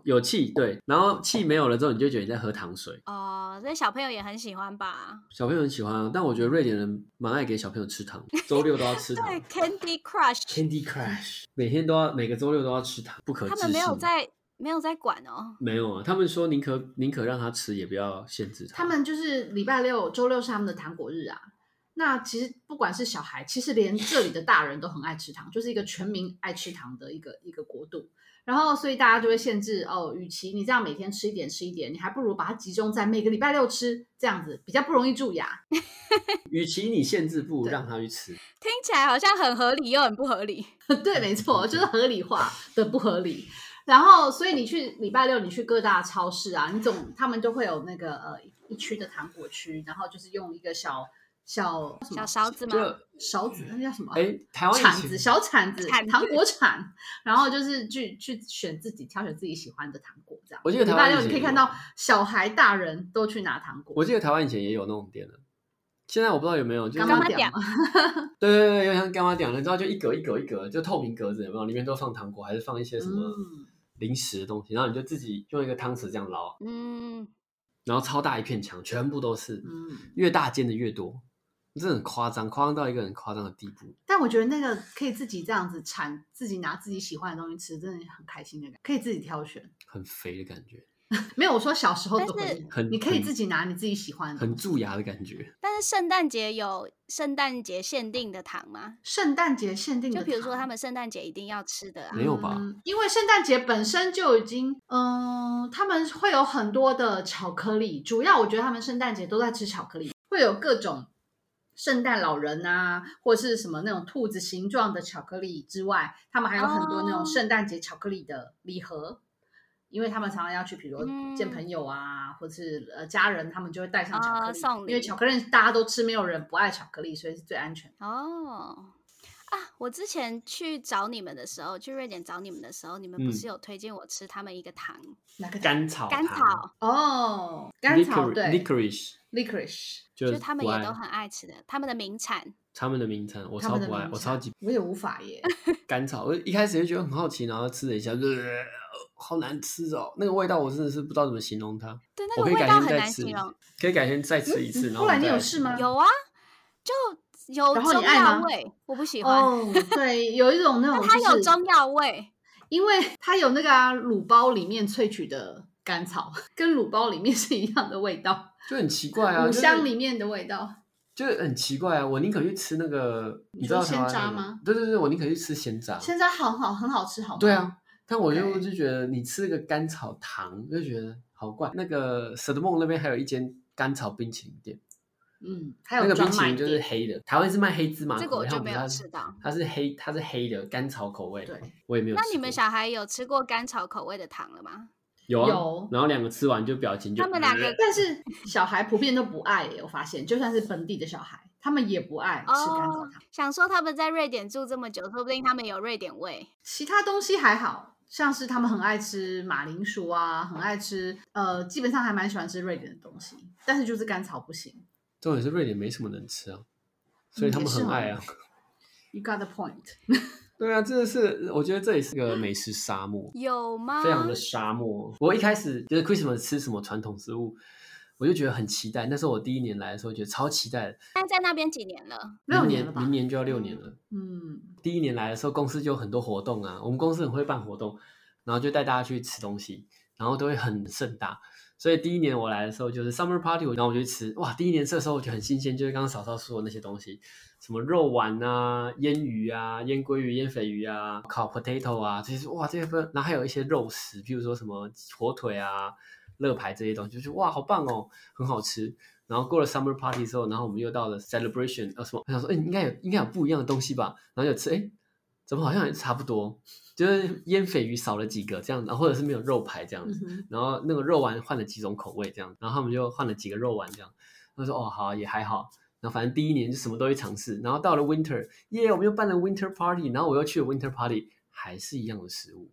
Speaker 2: 有气，对，然后气没有了之后，你就觉得你在喝糖水。
Speaker 1: 哦，所以小朋友也很喜欢 吧？
Speaker 2: 小朋友很喜欢啊，但我觉得瑞典人蛮爱给小朋友吃糖，周六都要吃糖。
Speaker 1: 对，Candy Crush，
Speaker 2: Candy Crush 每天都要，每个周六都要吃糖，不可置
Speaker 1: 他
Speaker 2: 信。
Speaker 1: 们没有在没有在管哦。
Speaker 2: 没有啊，他们说宁可宁可让他吃，也不要限制
Speaker 3: 他们就是礼拜六、周六是他们的糖果日啊。那其实不管是小孩，其实连这里的大人都很爱吃糖，就是一个全民爱吃糖的一个一个国度。然后，所以大家就会限制哦，与其你这样每天吃一点吃一点，你还不如把它集中在每个礼拜六吃，这样子比较不容易蛀牙。
Speaker 2: 与其你限制，不如
Speaker 3: 对
Speaker 2: 让他去吃。
Speaker 1: 听起来好像很合理，又很不合嗯理。
Speaker 3: 对，没错，就是合理化的不合理。然后，所以你去礼拜六，你去各大超市啊，你总他们都会有那个呃一区的糖果区，然后就是用一个小小什
Speaker 1: 小
Speaker 3: 么
Speaker 1: 勺子吗？
Speaker 3: 勺子，那叫什么？
Speaker 2: 哎、台湾
Speaker 3: 铲
Speaker 2: 以
Speaker 3: 子，
Speaker 2: 前
Speaker 3: 小铲子
Speaker 1: 铲，子
Speaker 3: 糖果铲，然后就是去去选自己挑选自己喜欢的糖果，这样。
Speaker 2: 我记得
Speaker 3: 礼
Speaker 2: 台
Speaker 3: 拜
Speaker 2: 湾
Speaker 3: 六
Speaker 2: 以
Speaker 3: 你
Speaker 2: 前
Speaker 3: 可以看到小孩、大人都去拿糖果
Speaker 2: 我，记得台湾以前也有那种店的，现在我不知道有没有，就是
Speaker 3: 干
Speaker 1: 妈
Speaker 3: 妈
Speaker 1: 干
Speaker 3: 点
Speaker 1: 点
Speaker 3: 嘛，
Speaker 2: 对对对，有点像干妈讲的，你知道就一格一格一格，就透明格子有没有？里面都放糖果，还是放一些什么
Speaker 3: 嗯，
Speaker 2: 零食的东西？然后你就自己用一个汤匙这样捞，
Speaker 1: 嗯，
Speaker 2: 然后超大一片墙，全部都是，
Speaker 3: 嗯
Speaker 2: 越大间的越多，这很夸张，夸张到一个很夸张的地步。
Speaker 3: 但我觉得那个可以自己这样子产，自己拿自己喜欢的东西吃，真的很开心的感觉，可以自己挑选。
Speaker 2: 很肥的感觉，
Speaker 3: 没有，我说小时候的回忆，
Speaker 2: 很
Speaker 3: 你可以
Speaker 2: 很
Speaker 3: 自己拿你自己喜欢的。
Speaker 2: 很蛀牙的感觉。
Speaker 1: 但是圣诞节有圣诞节限定的糖吗？
Speaker 3: 圣诞节限定
Speaker 1: 就
Speaker 3: 的糖，
Speaker 1: 比如说他们圣诞节一定要吃的啊
Speaker 2: 没，有吧
Speaker 3: 嗯因为圣诞节本身就已经，嗯、他们会有很多的巧克力，主要我觉得他们圣诞节都在吃巧克力，会有各种圣诞老人啊，或是什么那种兔子形状的巧克力之外，他们还有很多那
Speaker 1: 哦
Speaker 3: 种圣诞节巧克力的礼盒。因为他们常常要去，比如说
Speaker 1: 嗯
Speaker 3: 见朋友啊，或是呃家人，他们就会带上巧
Speaker 1: 啊
Speaker 3: 克力，
Speaker 1: 送
Speaker 3: 因为
Speaker 1: 礼
Speaker 3: 巧克力大家都吃，没有人不爱巧克力，所以是最安全的。
Speaker 1: 哦。啊，我之前去找你们的时候，去瑞典找你们的时候，你们不
Speaker 2: 嗯
Speaker 1: 是有推荐我吃他们一个糖
Speaker 3: 哪个
Speaker 2: 甘草
Speaker 1: 甘
Speaker 2: 糖
Speaker 1: 草，
Speaker 3: 哦，甘草
Speaker 2: Licorice-
Speaker 3: 对
Speaker 2: licorice，
Speaker 3: ，licorice，
Speaker 2: 就
Speaker 1: 就是是他们
Speaker 2: 不
Speaker 1: 也
Speaker 2: 爱
Speaker 1: 都很爱吃的，他们的名产。
Speaker 2: 他们的名称，我
Speaker 3: 他
Speaker 2: 超
Speaker 3: 们的
Speaker 2: 不爱，
Speaker 3: 名
Speaker 2: 我
Speaker 3: 产
Speaker 2: 超级
Speaker 3: 我也无法耶。
Speaker 2: 甘草。我一开始就觉得很好奇，然后吃了一下，就、呃好难吃哦，那个味道我真的是不知道怎么形容它。
Speaker 1: 对，那
Speaker 2: 我
Speaker 1: 个
Speaker 2: 可以
Speaker 1: 味
Speaker 2: 改
Speaker 1: 道
Speaker 2: 天
Speaker 1: 很
Speaker 2: 再
Speaker 1: 难
Speaker 2: 吃
Speaker 1: 形容。，
Speaker 2: 可以改天再吃一次。
Speaker 3: 嗯
Speaker 2: 然后
Speaker 3: 不然你
Speaker 2: 我们再
Speaker 3: 有
Speaker 2: 来
Speaker 3: 事
Speaker 2: 吃
Speaker 3: 吗
Speaker 1: 有啊，就有
Speaker 3: 然后你
Speaker 1: 中
Speaker 3: 爱
Speaker 1: 药
Speaker 3: 吗
Speaker 1: 味，我不 喜欢。
Speaker 3: 哦，对，有一种那种
Speaker 1: 它
Speaker 3: 就
Speaker 1: 有
Speaker 3: 是
Speaker 1: 中药味，
Speaker 3: 因为它有那个啊卤包里面萃取的甘草， 跟卤包里面是一样的味道，
Speaker 2: 就很奇怪啊，
Speaker 3: 五
Speaker 2: 就是啊
Speaker 3: 香里面的味道。
Speaker 2: 就是很奇怪啊。我宁可去吃那个，你知道
Speaker 3: 说
Speaker 2: 台
Speaker 3: 鲜
Speaker 2: 湾
Speaker 3: 渣
Speaker 2: 那个
Speaker 3: 吗？
Speaker 2: 对对对，我宁可去吃鲜渣。
Speaker 3: 现在好好很好吃，好吗？
Speaker 2: 对，啊，但我就
Speaker 3: OK
Speaker 2: 就觉得你吃那个甘草糖，就觉得好怪。那个舍得梦那边还有一间甘草冰淇淋店，
Speaker 3: 嗯，还
Speaker 2: 那
Speaker 3: 有
Speaker 2: 个冰
Speaker 3: 专
Speaker 2: 淇
Speaker 3: 卖
Speaker 2: 淋就是
Speaker 3: 店，
Speaker 2: 黑的，台湾是卖黑芝麻
Speaker 1: 这个
Speaker 2: 口
Speaker 1: 我
Speaker 2: 味，
Speaker 1: 就
Speaker 2: 它
Speaker 1: 没
Speaker 2: 不
Speaker 1: 有
Speaker 2: 是
Speaker 1: 吃到。
Speaker 2: 它是黑，它是黑的甘草口味，
Speaker 3: 对，
Speaker 2: 我也没有吃
Speaker 1: 那
Speaker 2: 过。
Speaker 1: 你们小孩有吃过甘草口味的糖了吗？
Speaker 2: 有啊？
Speaker 3: 有
Speaker 2: 然后两个吃完就表情就呃
Speaker 1: 他们两个
Speaker 3: 但是小孩普遍都不爱耶，我发现就算是本地的小孩，他们也不爱吃甘草
Speaker 1: 哦
Speaker 3: 糖。，
Speaker 1: 想说他们在瑞典住这么久，说不定他们有瑞典味。
Speaker 3: 其他东西还好，像是他们很爱吃马铃薯啊，很爱吃呃，基本上还蛮喜欢吃瑞典的东西，但是就是甘草不行。
Speaker 2: 重点是瑞典没什么能吃啊，所以
Speaker 1: 嗯
Speaker 2: 他们
Speaker 1: 哦
Speaker 2: 很爱啊。
Speaker 3: You got the point。
Speaker 2: 对啊，真的是，我觉得这里是个美食沙漠。
Speaker 1: 有吗？
Speaker 2: 非常的沙漠。我一开始就是 Christmas 吃什么传统食物，我就觉得很期待。那时候我第一年来的时候，觉得超期待的。
Speaker 1: 但在那边几年了？
Speaker 3: 六
Speaker 2: 明
Speaker 3: 年了
Speaker 2: 年
Speaker 3: 吧
Speaker 2: 明年就要六年了。
Speaker 3: 嗯，
Speaker 2: 第一年来的时候，公司就有很多活动啊，我们公司很会办活动，然后就带大家去吃东西，然后都会很盛大。所以第一年我来的时候就是 summer party，然后我就去吃，哇！第一年吃的时候我就很新鲜，就是刚刚嫂嫂说的那些东西，什么肉丸啊、腌鱼啊、腌鲑鱼、腌鲱鱼啊、烤 potato 啊，这些哇这些分，然后还有一些肉食，比如说什么火腿啊、乐牌这些东西，就是哇好棒哦，很好吃。然后过了 summer party 之后，然后我们又到了 celebration，呃什么，我想说，哎、应该有应该有不一样的东西吧，然后就吃，哎、怎么好像也差不多，就是腌鲱鱼少了几个这样，然后或者是没有肉排这样
Speaker 3: 嗯
Speaker 2: 子，
Speaker 3: 哼
Speaker 2: 然后那个肉丸换了几种口味这样，然后他们就换了几个肉丸这样，他说哦好啊也还好，然后反正第一年就什么都会尝试，然后到了 winter，耶、我们又办了 winter party，然后我又去了 winter party，还是一样的食物。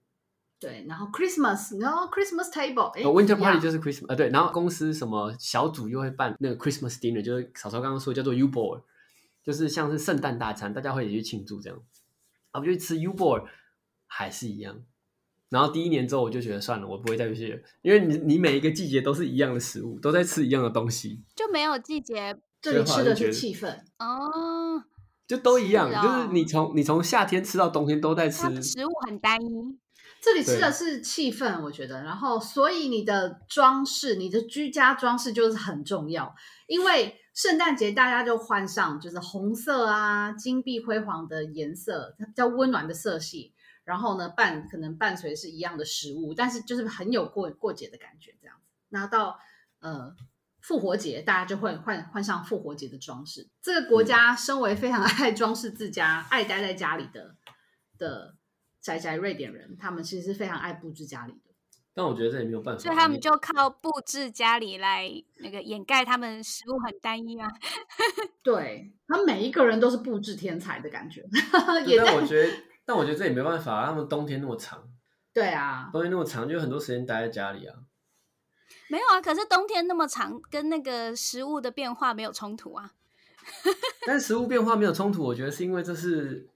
Speaker 3: 对，然后 Christmas，然后 Christmas table，哎、
Speaker 2: 哦，Winter
Speaker 3: 一样
Speaker 2: Party 就是 Christmas 呃对，然后公司什么小组又会办那个 Christmas dinner，就是嫂嫂刚刚说叫做 U Bowl，就是像是圣诞大餐，大家会一起去庆祝这样。啊，我就去吃 U Bowl，还是一样。然后第一年之后我就觉得算了，我不会再去了，因为你你每一个季节都是一样的食物，都在吃一样的东西，
Speaker 1: 就没有季节
Speaker 3: 这里吃的
Speaker 2: 所以后来就觉得
Speaker 3: 是气氛，
Speaker 1: 哦，
Speaker 2: 就都一样，
Speaker 1: 是啊
Speaker 2: 就是你从你从夏天吃到冬天都在吃
Speaker 1: 它，的食物很单一。
Speaker 3: 这里吃的是气氛，我觉得。然后，所以你的装饰，你的居家装饰就是很重要，因为圣诞节大家就换上就是红色啊、金碧辉煌的颜色，它比较温暖的色系。然后呢，伴可能伴随是一样的食物，但是就是很有过过节的感觉这样子。那到呃复活节，大家就会换换上复活节的装饰。这
Speaker 2: 嗯
Speaker 3: 个国家身为非常 爱装饰自家、爱待在家里的的宅宅瑞典人，他们其实是非常爱布置家里的。
Speaker 2: 但我觉得这也没有办法，
Speaker 1: 所以他
Speaker 2: 因为
Speaker 1: 们就靠布置家里来那个掩盖他们食物很单一啊。
Speaker 3: 对，他们每一个人都是布置天才的感觉，
Speaker 2: 对
Speaker 3: 也
Speaker 2: 但我
Speaker 3: 在
Speaker 2: 觉得但我觉得这也没办法，他们冬天那么长，
Speaker 3: 对啊，
Speaker 2: 冬天那么长，就很多时间待在家里啊。
Speaker 1: 没有啊，可是冬天那么长，跟那个食物的变化没有冲突啊。
Speaker 2: 但食物变化没有冲突，我觉得是因为这是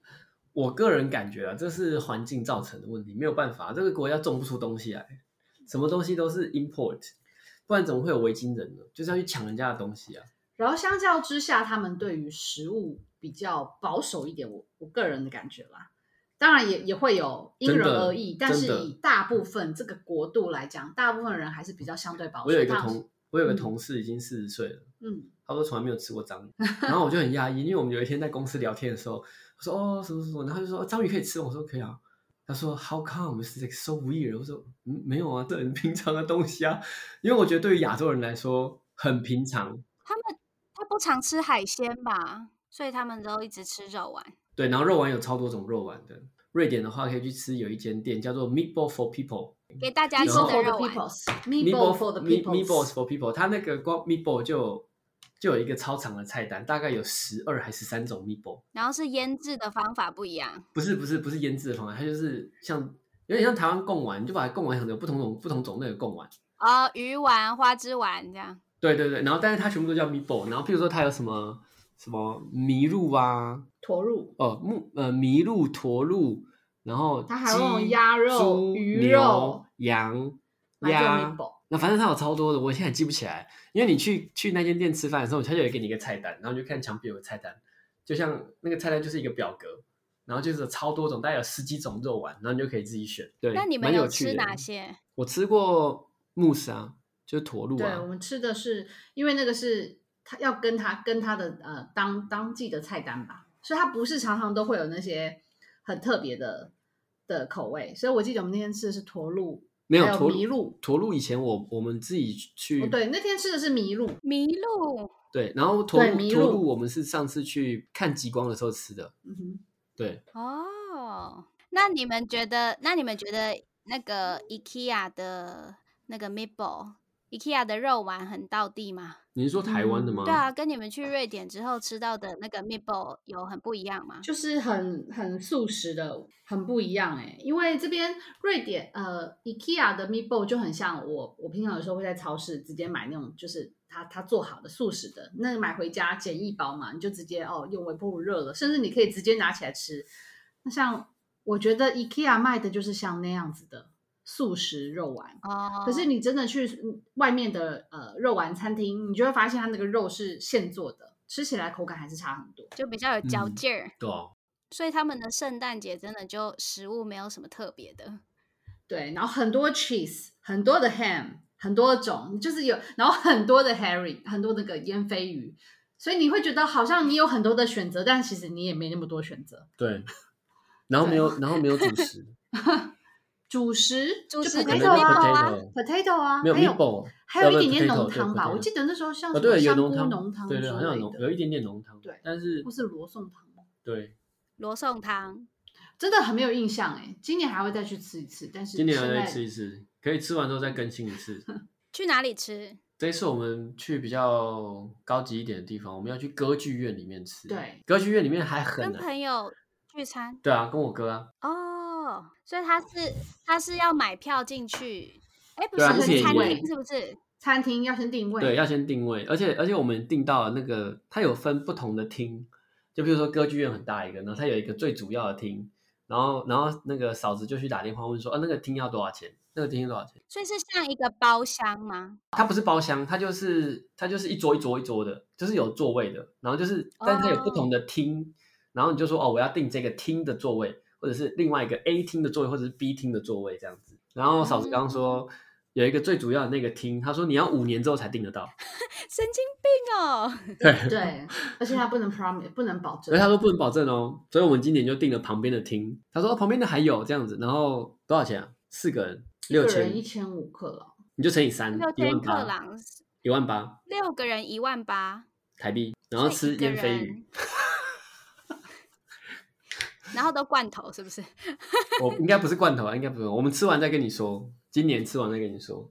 Speaker 2: 我个人感觉啊，这是环境造成的问题，没有办法，这个国家种不出东西来，什么东西都是 import，不然怎么会有维京人呢？就是要去抢人家的东西啊。
Speaker 3: 然后相较之下，他们对于食物比较保守一点，我我个人的感觉啦。当然也也会有因
Speaker 2: 真
Speaker 3: 人
Speaker 2: 的
Speaker 3: 而异，但是
Speaker 2: 真的
Speaker 3: 以大部分这个国度来讲，大部分人还是比较相对保守。
Speaker 2: 我有一个
Speaker 3: 当然是
Speaker 2: 同，我有个
Speaker 3: 嗯
Speaker 2: 同事已经四十岁了。
Speaker 3: 嗯，
Speaker 2: 他说从来没有吃过章鱼，然后我就很压抑，因为我们有一天在公司聊天的时候，我说哦什么什么，然后他就说、哦章鱼可以吃，我说可以啊。他说 How come 是 so weird？我说嗯没有啊，这很平常的东西啊，因为我觉得对于亚洲人来说很平常。
Speaker 1: 他们他不常吃海鲜吧，所以他们都一直吃肉丸。
Speaker 2: 对，然后肉丸有超多种肉丸的。瑞典的话可以去吃有一间店叫做 Meatball for People。
Speaker 1: 给大家
Speaker 2: 然
Speaker 1: 吃
Speaker 2: 后
Speaker 3: meatball
Speaker 1: 的
Speaker 3: for the
Speaker 1: 肉丸，啊
Speaker 3: peoples，meatball for the
Speaker 2: Meatballs
Speaker 3: peoples，
Speaker 2: for People，它那个光 Meatball 就就有一个超长的菜单，大概有十二还是三种 meatball。
Speaker 1: 然后是腌制的方法不一样，
Speaker 2: 不是不是不是腌制的方法，它就是像有点像台湾贡丸，你就把贡丸想成不同种不同种类的贡丸。
Speaker 1: 哦，鱼丸、花枝丸这样，
Speaker 2: 对对对，然后但是它全部都叫 meatball。然后譬如说它有什么什么麋鹿啊，
Speaker 3: 驼鹿，
Speaker 2: 哦木呃麋鹿、驼鹿，然后
Speaker 3: 它还会有
Speaker 2: 鸡
Speaker 3: 鸭肉
Speaker 2: 猪
Speaker 3: 鱼
Speaker 2: 牛
Speaker 3: 肉
Speaker 2: 羊、
Speaker 3: 还有
Speaker 2: 鸭
Speaker 3: meatball。
Speaker 2: 那反正它有超多的，我现在也记不起来。因为你去去那间店吃饭的时候，它就有给你一个菜单，然后你就看墙壁有个菜单，就像那个菜单就是一个表格，然后就是有超多种，大概有十几种肉丸，然后你就可以自己选。对，
Speaker 1: 那你们
Speaker 2: 蛮有趣
Speaker 1: 吃
Speaker 2: 的
Speaker 1: 哪？些？
Speaker 2: 我吃过慕斯啊，就是驼鹿
Speaker 3: 对，
Speaker 2: 啊
Speaker 3: 我，们吃的是，因为那个是他要跟他跟他的呃当当季的菜单吧，所以他不是常常都会有那些很特别的的口味。所以我记得我们那天吃的是驼鹿，
Speaker 2: 没有
Speaker 3: 还有
Speaker 2: 驼
Speaker 3: 麋鹿。
Speaker 2: 驼鹿以前我我们自己去
Speaker 3: 哦，对，那天吃的是麋鹿，
Speaker 1: 麋鹿，
Speaker 2: 对然后驼
Speaker 3: 对
Speaker 2: 鹿
Speaker 3: 麋
Speaker 2: 驼
Speaker 3: 鹿
Speaker 2: 鹿我们是上次去看极光的时候吃的，
Speaker 3: 嗯哼，
Speaker 2: 对，
Speaker 1: 哦，那你们觉得？那你们觉得那个 IKEA 的那个 meatball IKEA 的肉丸很到地吗？
Speaker 2: 你是说台湾的
Speaker 3: 嗯
Speaker 2: 吗？
Speaker 1: 对啊，跟你们去瑞典之后吃到的那个 meatball 有很不一样吗？
Speaker 3: 就是很很素食的，很不一样哎、因为这边瑞典呃 IKEA 的 meatball 就很像我我平常有时候会在超市直接买那种就是。他他做好的素食的，那买回家简易包嘛，你就直接哦用微波炉热了，甚至你可以直接拿起来吃。那像我觉得 IKEA 卖的就是像那样子的素食肉丸，
Speaker 1: 哦，
Speaker 3: 可是你真的去嗯外面的呃肉丸餐厅，你就会发现它那个肉是现做的，吃起来口感还是差很多。
Speaker 1: 就比较有嚼
Speaker 2: 嗯
Speaker 1: 劲儿。
Speaker 2: 对啊
Speaker 1: 所以他们的圣诞节真的就食物没有什么特别的，
Speaker 3: 对，然后很多 cheese，很多的 ham，很多种，就是有，然后很多的 herring，很多那个腌鲱鱼，所以你会觉得好像你有很多的选择，但其实你也没那么多选择。
Speaker 2: 对，然后没有然后没有主食，
Speaker 3: 主食
Speaker 1: 主
Speaker 3: 就
Speaker 1: 食
Speaker 2: 可能
Speaker 3: potato
Speaker 2: 就
Speaker 3: 啊
Speaker 2: potato，
Speaker 3: ，potato 啊，
Speaker 2: 没有
Speaker 3: 还有
Speaker 2: meatball，
Speaker 3: 还有
Speaker 2: 呃
Speaker 3: 一
Speaker 2: 不
Speaker 3: 点点
Speaker 2: potato，
Speaker 3: 浓
Speaker 2: 对
Speaker 3: 汤吧，我
Speaker 2: potato
Speaker 3: 记得那时候像
Speaker 2: 哦，
Speaker 3: 什
Speaker 2: 对，
Speaker 3: 么
Speaker 2: 有
Speaker 3: 香菇
Speaker 2: 浓汤，
Speaker 3: 汤之
Speaker 2: 对
Speaker 3: 类
Speaker 2: 对，好像有浓，呃有
Speaker 3: 的，
Speaker 2: 一点点浓汤，
Speaker 3: 对
Speaker 2: 但是
Speaker 3: 或是罗宋汤，
Speaker 2: 对，
Speaker 1: 罗宋汤
Speaker 3: 真的很没有印象哎。今年还会再去吃一次，但是
Speaker 2: 今年还
Speaker 3: 现
Speaker 2: 再
Speaker 3: 在
Speaker 2: 吃一次，可以吃完之后再更新一 次。
Speaker 1: 去哪里吃？
Speaker 2: 这一次我们去比较高级一点的地方，我们要去歌剧院里面吃。
Speaker 3: 对，
Speaker 2: 歌剧院里面还很
Speaker 1: 跟
Speaker 2: 难。
Speaker 1: 朋友聚餐
Speaker 2: 对啊，跟我哥啊，
Speaker 1: 哦，所以他是他是要买票进去，哎，不
Speaker 2: 对啊
Speaker 3: 之前
Speaker 1: 是
Speaker 3: 也
Speaker 1: 餐
Speaker 3: 有
Speaker 1: 厅是不是？
Speaker 3: 餐厅要先定位，
Speaker 2: 对，要先定位，而且而且我们订到了那个，它有分不同的厅，就比如说歌剧院很大一个，然后它有一个最主要的厅，然后然后那个嫂子就去打电话问说，啊，那个厅要多少钱？那个厅要多少钱？
Speaker 1: 所以是像一个包厢吗？
Speaker 2: 它不是包厢，它就是它就是一桌一桌一桌的，就是有座位的，然后就是，但是它有不同的厅然后你就说哦，我要订这个厅的座位，或者是另外一个 A 厅的座位，或者是 B 厅的座位这样子。然后嫂子刚刚说、有一个最主要的那个厅，她说你要五年之后才订得到，
Speaker 1: 神经病哦！
Speaker 2: 对，
Speaker 3: 对，而且它不能 promise，不能保
Speaker 2: 所以
Speaker 3: 证。
Speaker 2: 她说不能保证哦，所以我们今年就订了旁边的厅，她说、哦、旁边的还有这样子，然后多少钱啊？四个人六
Speaker 3: 一个人
Speaker 2: 千
Speaker 3: 一，千五克朗。
Speaker 2: 你就乘以三，
Speaker 1: 六
Speaker 2: 嗯一万
Speaker 1: 千克
Speaker 2: 八，
Speaker 1: 朗，
Speaker 2: 一万八
Speaker 1: 六个人一万八，
Speaker 2: 台币，然后
Speaker 1: 所以一
Speaker 2: 吃
Speaker 1: 个
Speaker 2: 烟鲱鱼。
Speaker 1: 人，然后都罐头是不是？
Speaker 2: 我应该不是罐头啊，应该不是。我们吃完再跟你说，今年吃完再跟你说。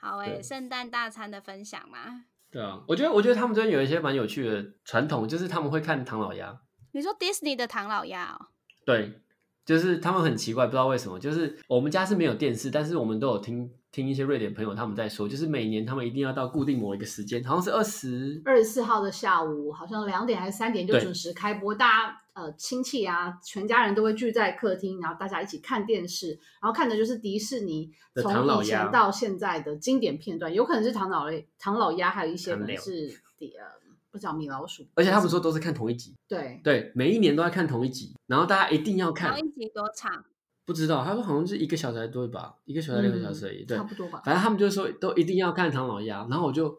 Speaker 1: 好哎、
Speaker 2: 对
Speaker 1: 圣诞大餐的分享嘛。
Speaker 2: 对啊，我觉得我觉得他们这边有一些蛮有趣的传统，就是他们会看唐老鸭。
Speaker 1: 你说 Disney 的唐老鸭哦，
Speaker 2: 对，就是他们很奇怪，不知道为什么，就是我们家是没有电视，但是我们都有听听一些瑞典朋友他们在说，就是每年他们一定要到固定某一个时间，好像是二十。
Speaker 3: 二十四号的下午，好像两点还是三点就
Speaker 2: 对
Speaker 3: 准时开播，大家呃亲戚啊，全家人都会聚在客厅，然后大家一起看电视，然后看的就是迪士尼
Speaker 2: 的
Speaker 3: 从
Speaker 2: 唐老
Speaker 3: 以前
Speaker 2: 鸭
Speaker 3: 到现在的经典片段，有可能是唐老唐老鸭，还有一些可
Speaker 2: 唐
Speaker 3: 能
Speaker 2: 老
Speaker 3: 是的、呃、不知道米老鼠，
Speaker 2: 而且他们说都是看同一集，
Speaker 3: 对
Speaker 2: 对，每一年都在看同一集，然后大家一定要
Speaker 1: 然
Speaker 2: 看
Speaker 1: 后。一集多长？
Speaker 2: 不知道，他说好像是一个小时还多一吧，一个小时还两个小时
Speaker 1: 嗯
Speaker 2: 而已。对
Speaker 3: 嗯差，不多吧。
Speaker 2: 反正他们就说都一定要看唐老鸭，然后我就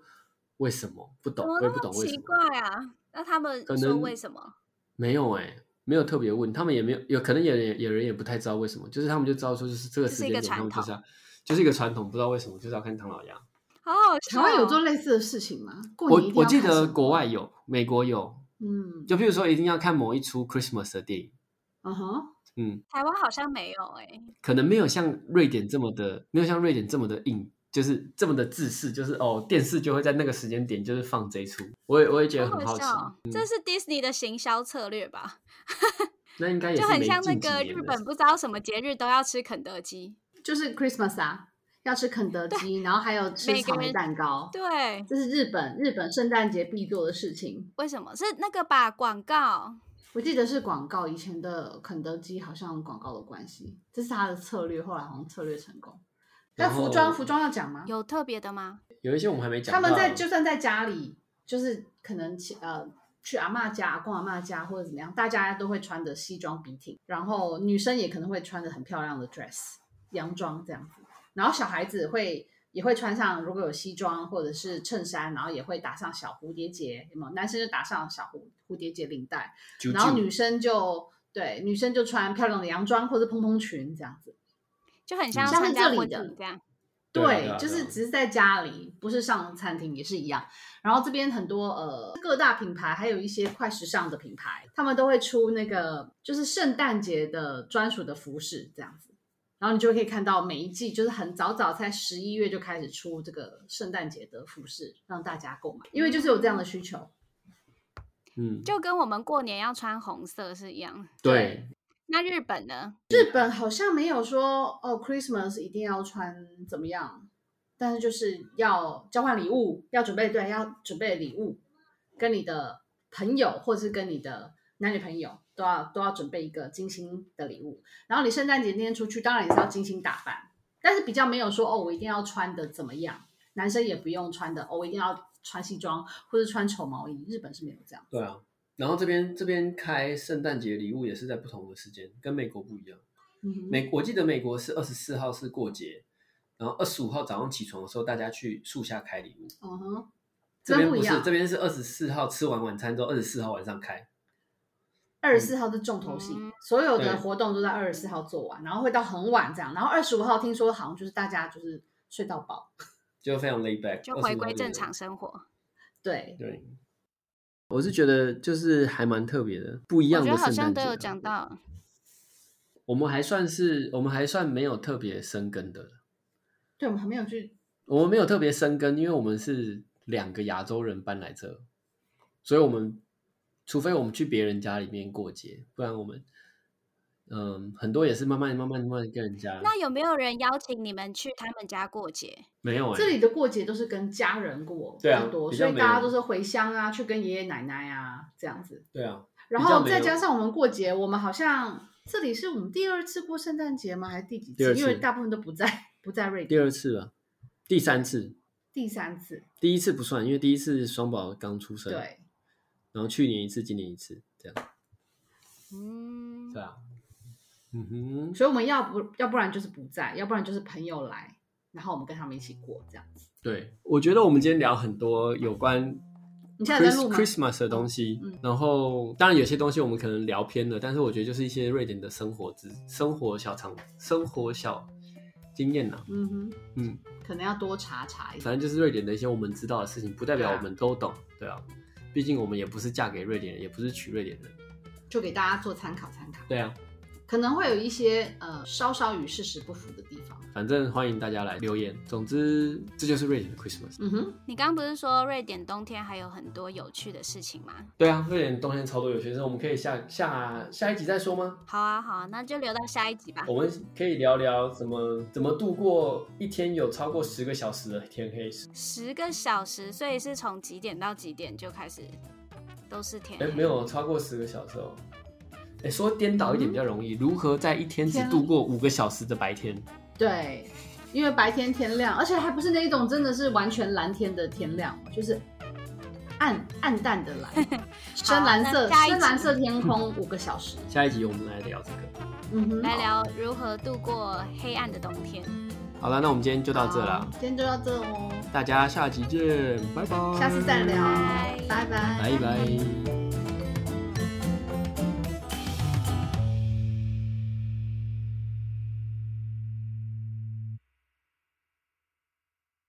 Speaker 2: 为什么不
Speaker 1: 怎
Speaker 2: 懂，
Speaker 1: 么
Speaker 2: 我也
Speaker 1: 那
Speaker 2: 不懂
Speaker 1: 么
Speaker 2: 为什
Speaker 1: 奇
Speaker 2: 么，
Speaker 1: 怪啊？那他们
Speaker 2: 可
Speaker 1: 说
Speaker 2: 能
Speaker 1: 为什么？
Speaker 2: 没有哎、没有特别问，他们也没有，有可能有人有人也不太知道为什么，就是他们就知道说就是这个
Speaker 1: 这
Speaker 2: 时
Speaker 1: 是一
Speaker 2: 间
Speaker 1: 个
Speaker 2: 点，他们
Speaker 1: 传
Speaker 2: 就是要就是一个传统，不知道为什么就是要看唐老鸭。
Speaker 1: 好好笑
Speaker 3: 台湾有
Speaker 1: 哦
Speaker 3: 做类似的事情吗？过
Speaker 2: 我
Speaker 3: 年一定
Speaker 2: 我
Speaker 3: 要
Speaker 2: 记
Speaker 3: 看什
Speaker 2: 得
Speaker 3: 么
Speaker 2: 国外，有，美国有，
Speaker 3: 嗯，
Speaker 2: 就譬如说一定要看某一出 Christmas 的电影，
Speaker 3: 嗯哼，
Speaker 2: 嗯，
Speaker 1: 台湾好像没有哎、
Speaker 2: 可能没有像瑞典这么的，没有像瑞典这么的硬，就是这么的自私，就是哦，电视就会在那个时间点就是放这一出，我也我也觉得
Speaker 1: 好
Speaker 2: 很好
Speaker 1: 好
Speaker 2: 奇，嗯
Speaker 1: 笑哦，这是 Disney 的行销策略吧？
Speaker 2: 那应该也
Speaker 1: 就是很
Speaker 2: 没
Speaker 1: 像那
Speaker 2: 近几
Speaker 1: 个
Speaker 2: 年
Speaker 1: 日
Speaker 2: 的
Speaker 1: 本不知道什么节日都要吃肯德基，
Speaker 3: 就是 Christmas 啊，要吃肯德基，然后还有吃
Speaker 1: 每个
Speaker 3: 草莓
Speaker 1: 人
Speaker 3: 蛋糕，
Speaker 1: 对，
Speaker 3: 这是日本日本圣诞节必做的事情。
Speaker 1: 为什么是那个吧？广告
Speaker 3: 我记得是广告，以前的肯德基好像广告的关系，这是他的策略，后来好像策略成功。
Speaker 2: 然
Speaker 3: 那
Speaker 2: 后
Speaker 3: 服装服装要讲吗？
Speaker 1: 有特别的吗？
Speaker 2: 有一些我们还没讲
Speaker 3: 他
Speaker 2: 到，
Speaker 3: 们在就算在家里，就是可能去呃去阿嬷家、阿公阿嬷家或者怎么样，大家都会穿着西装笔挺，然后女生也可能会穿着很漂亮的 dress 洋装这样子，然后小孩子会也会穿上如果有西装或者是衬衫，然后也会打上小蝴蝶结，有没有？男生就打上小蝴蝴蝶结领带，
Speaker 2: 啾
Speaker 3: 然后
Speaker 2: 啾
Speaker 3: 女生就对女生就穿漂亮的洋装或者蓬蓬裙这样子。
Speaker 1: 就很
Speaker 2: 嗯
Speaker 1: 像要
Speaker 3: 像是
Speaker 1: 参加
Speaker 3: 这里
Speaker 1: 婚
Speaker 3: 的
Speaker 1: 礼这样，
Speaker 2: 对啊对
Speaker 3: 对
Speaker 2: 啊，
Speaker 3: 就是
Speaker 2: 对啊
Speaker 3: 只是在家里，不是上餐厅也是一样。然后这边很多呃各大品牌，还有一些快时尚的品牌，他们都会出那个就是圣诞节的专属的服饰这样子。然后你就可以看到每一季就是很早早在十一月就开始出这个圣诞节的服饰，让大家购买，因为就是有这样的需求。
Speaker 2: 嗯，
Speaker 1: 就跟我们过年要穿红色是一样。
Speaker 2: 对，
Speaker 1: 那日本呢？
Speaker 3: 日本好像没有说哦，Christmas 一定要穿怎么样，但是就是要交换礼物，要准备对，要准备礼物，跟你的朋友或是跟你的男女朋友都要都要准备一个精心的礼物。然后你圣诞节那天出去，当然也是要精心打扮，但是比较没有说哦，我一定要穿的怎么样，男生也不用穿的哦，我一定要穿西装或是穿丑毛衣，日本是没有这样。
Speaker 2: 对啊。然后这边这边开圣诞节礼物也是在不同的时间，跟美国不一样。
Speaker 3: 嗯哼，
Speaker 2: 美我记得美国是二十四号是过节，然后二十五号早上起床的时候大家去树下开礼物。
Speaker 3: 嗯哼，
Speaker 2: 这边
Speaker 3: 不一
Speaker 2: 不是，
Speaker 3: 样
Speaker 2: 这。边是二十四号吃完晚餐之后，二十四号晚上开。
Speaker 3: 二十四号是重头戏，
Speaker 1: 嗯
Speaker 3: 所有
Speaker 2: 对
Speaker 3: 的活动都在二十四号做完，然后会到很晚这样，然后二十五号听说好像就是大家就是睡到饱，
Speaker 2: 就非常 laid back，
Speaker 1: 就
Speaker 2: 25
Speaker 1: 回归
Speaker 2: 号
Speaker 1: 正
Speaker 2: 人
Speaker 1: 常生活。
Speaker 3: 对，
Speaker 2: 对，我是觉得就是还蛮特别的，不一
Speaker 1: 我
Speaker 2: 样
Speaker 1: 觉
Speaker 2: 的
Speaker 1: 得好
Speaker 2: 圣
Speaker 1: 像
Speaker 2: 诞
Speaker 1: 都
Speaker 2: 节
Speaker 1: 有
Speaker 2: 啊。
Speaker 1: 讲到，
Speaker 2: 我们还算是我们还算没有特别生根的，
Speaker 3: 对我们还没有去，
Speaker 2: 我们没有特别生根，因为我们是两个亚洲人搬来这，所以我们除非我们去别人家里面过节，不然我们嗯很多也是慢慢慢慢慢慢跟人家
Speaker 1: 那有没有人邀请你们去他们家过节？
Speaker 2: 没有哎、
Speaker 3: 这里的过节都是跟家人过比
Speaker 2: 对啊
Speaker 3: 较多，
Speaker 2: 比较
Speaker 3: 所以大
Speaker 2: 没
Speaker 3: 家
Speaker 2: 有
Speaker 3: 都是回乡啊，去跟爷爷奶奶啊这样子，
Speaker 2: 对啊，
Speaker 3: 然
Speaker 2: 比较
Speaker 3: 后
Speaker 2: 没
Speaker 3: 再
Speaker 2: 有
Speaker 3: 加上我们过节，我们好像这里是我们第二次过圣诞节吗？还是第几
Speaker 2: 第二
Speaker 3: 次？因为
Speaker 2: 次
Speaker 3: 大部分都不在不在瑞
Speaker 2: 第
Speaker 3: 典，
Speaker 2: 二次吧，第三次，
Speaker 3: 第三次，
Speaker 2: 第一次不算，因为第一次双宝刚出生，，
Speaker 3: 对，
Speaker 2: 然后去年一次，今年一次，这样。
Speaker 1: 嗯，
Speaker 2: 对啊，嗯哼，
Speaker 3: 所以我们要不要不然就是不在，要不然就是朋友来，然后我们跟他们一起过这样子。
Speaker 2: 对，我觉得我们今天聊很多有关
Speaker 3: 你现在有在
Speaker 2: Chris
Speaker 3: 录吗？
Speaker 2: Christmas 的东西，
Speaker 3: 嗯
Speaker 2: 然后当然有些东西我们可能聊偏了，但是我觉得就是一些瑞典的生活之生活小常生活小经验呐、
Speaker 3: 嗯哼，
Speaker 2: 嗯，
Speaker 3: 可能要多查查一下。
Speaker 2: 反正就是瑞典的一些我们知道的事情，不代表
Speaker 3: 对
Speaker 2: 我
Speaker 3: 啊
Speaker 2: 们都懂，对啊，毕竟我们也不是嫁给瑞典人，也不是娶瑞典人，
Speaker 3: 就给大家做参考参考，
Speaker 2: 对啊，
Speaker 3: 可能会有一些呃稍稍与事实不符的地方。
Speaker 2: 反正欢迎大家来留言。总之，这就是瑞典的 Christmas。
Speaker 3: 嗯哼，
Speaker 1: 你刚刚不是说瑞典冬天还有很多有趣的事情吗？
Speaker 2: 对啊，瑞典冬天超多有学生，我们可以下下下一集再说吗？
Speaker 1: 好啊，好啊，那就留到下一集吧。
Speaker 2: 我们可以聊聊怎么怎么度过一天有超过十个小时的天黑时。
Speaker 1: 十个小时，所以是从几点到几点就开始都是天
Speaker 2: 哎，
Speaker 1: 黑
Speaker 2: 没有超过十个小时哦。哎，说颠倒一点比较容易，如何在一天只
Speaker 3: 天啊
Speaker 2: 度过五个小时的白天？
Speaker 3: 对，因为白天天亮，而且还不是那一种真的是完全蓝天的天亮，哦就是暗暗淡的 蓝，深蓝色
Speaker 1: 那下一
Speaker 3: 深蓝
Speaker 1: 集
Speaker 3: 色天空五个小时。
Speaker 2: 下一集我们来聊这个。
Speaker 3: 嗯哼，
Speaker 1: 来聊如何度过黑暗的冬天。
Speaker 2: 好了，那我们今天就到这
Speaker 3: 好
Speaker 2: 了，
Speaker 3: 今天就到这哦，
Speaker 2: 大家下集见，拜拜，
Speaker 3: 下次再聊，
Speaker 1: 拜
Speaker 3: 拜
Speaker 2: 拜
Speaker 3: 拜
Speaker 2: 拜。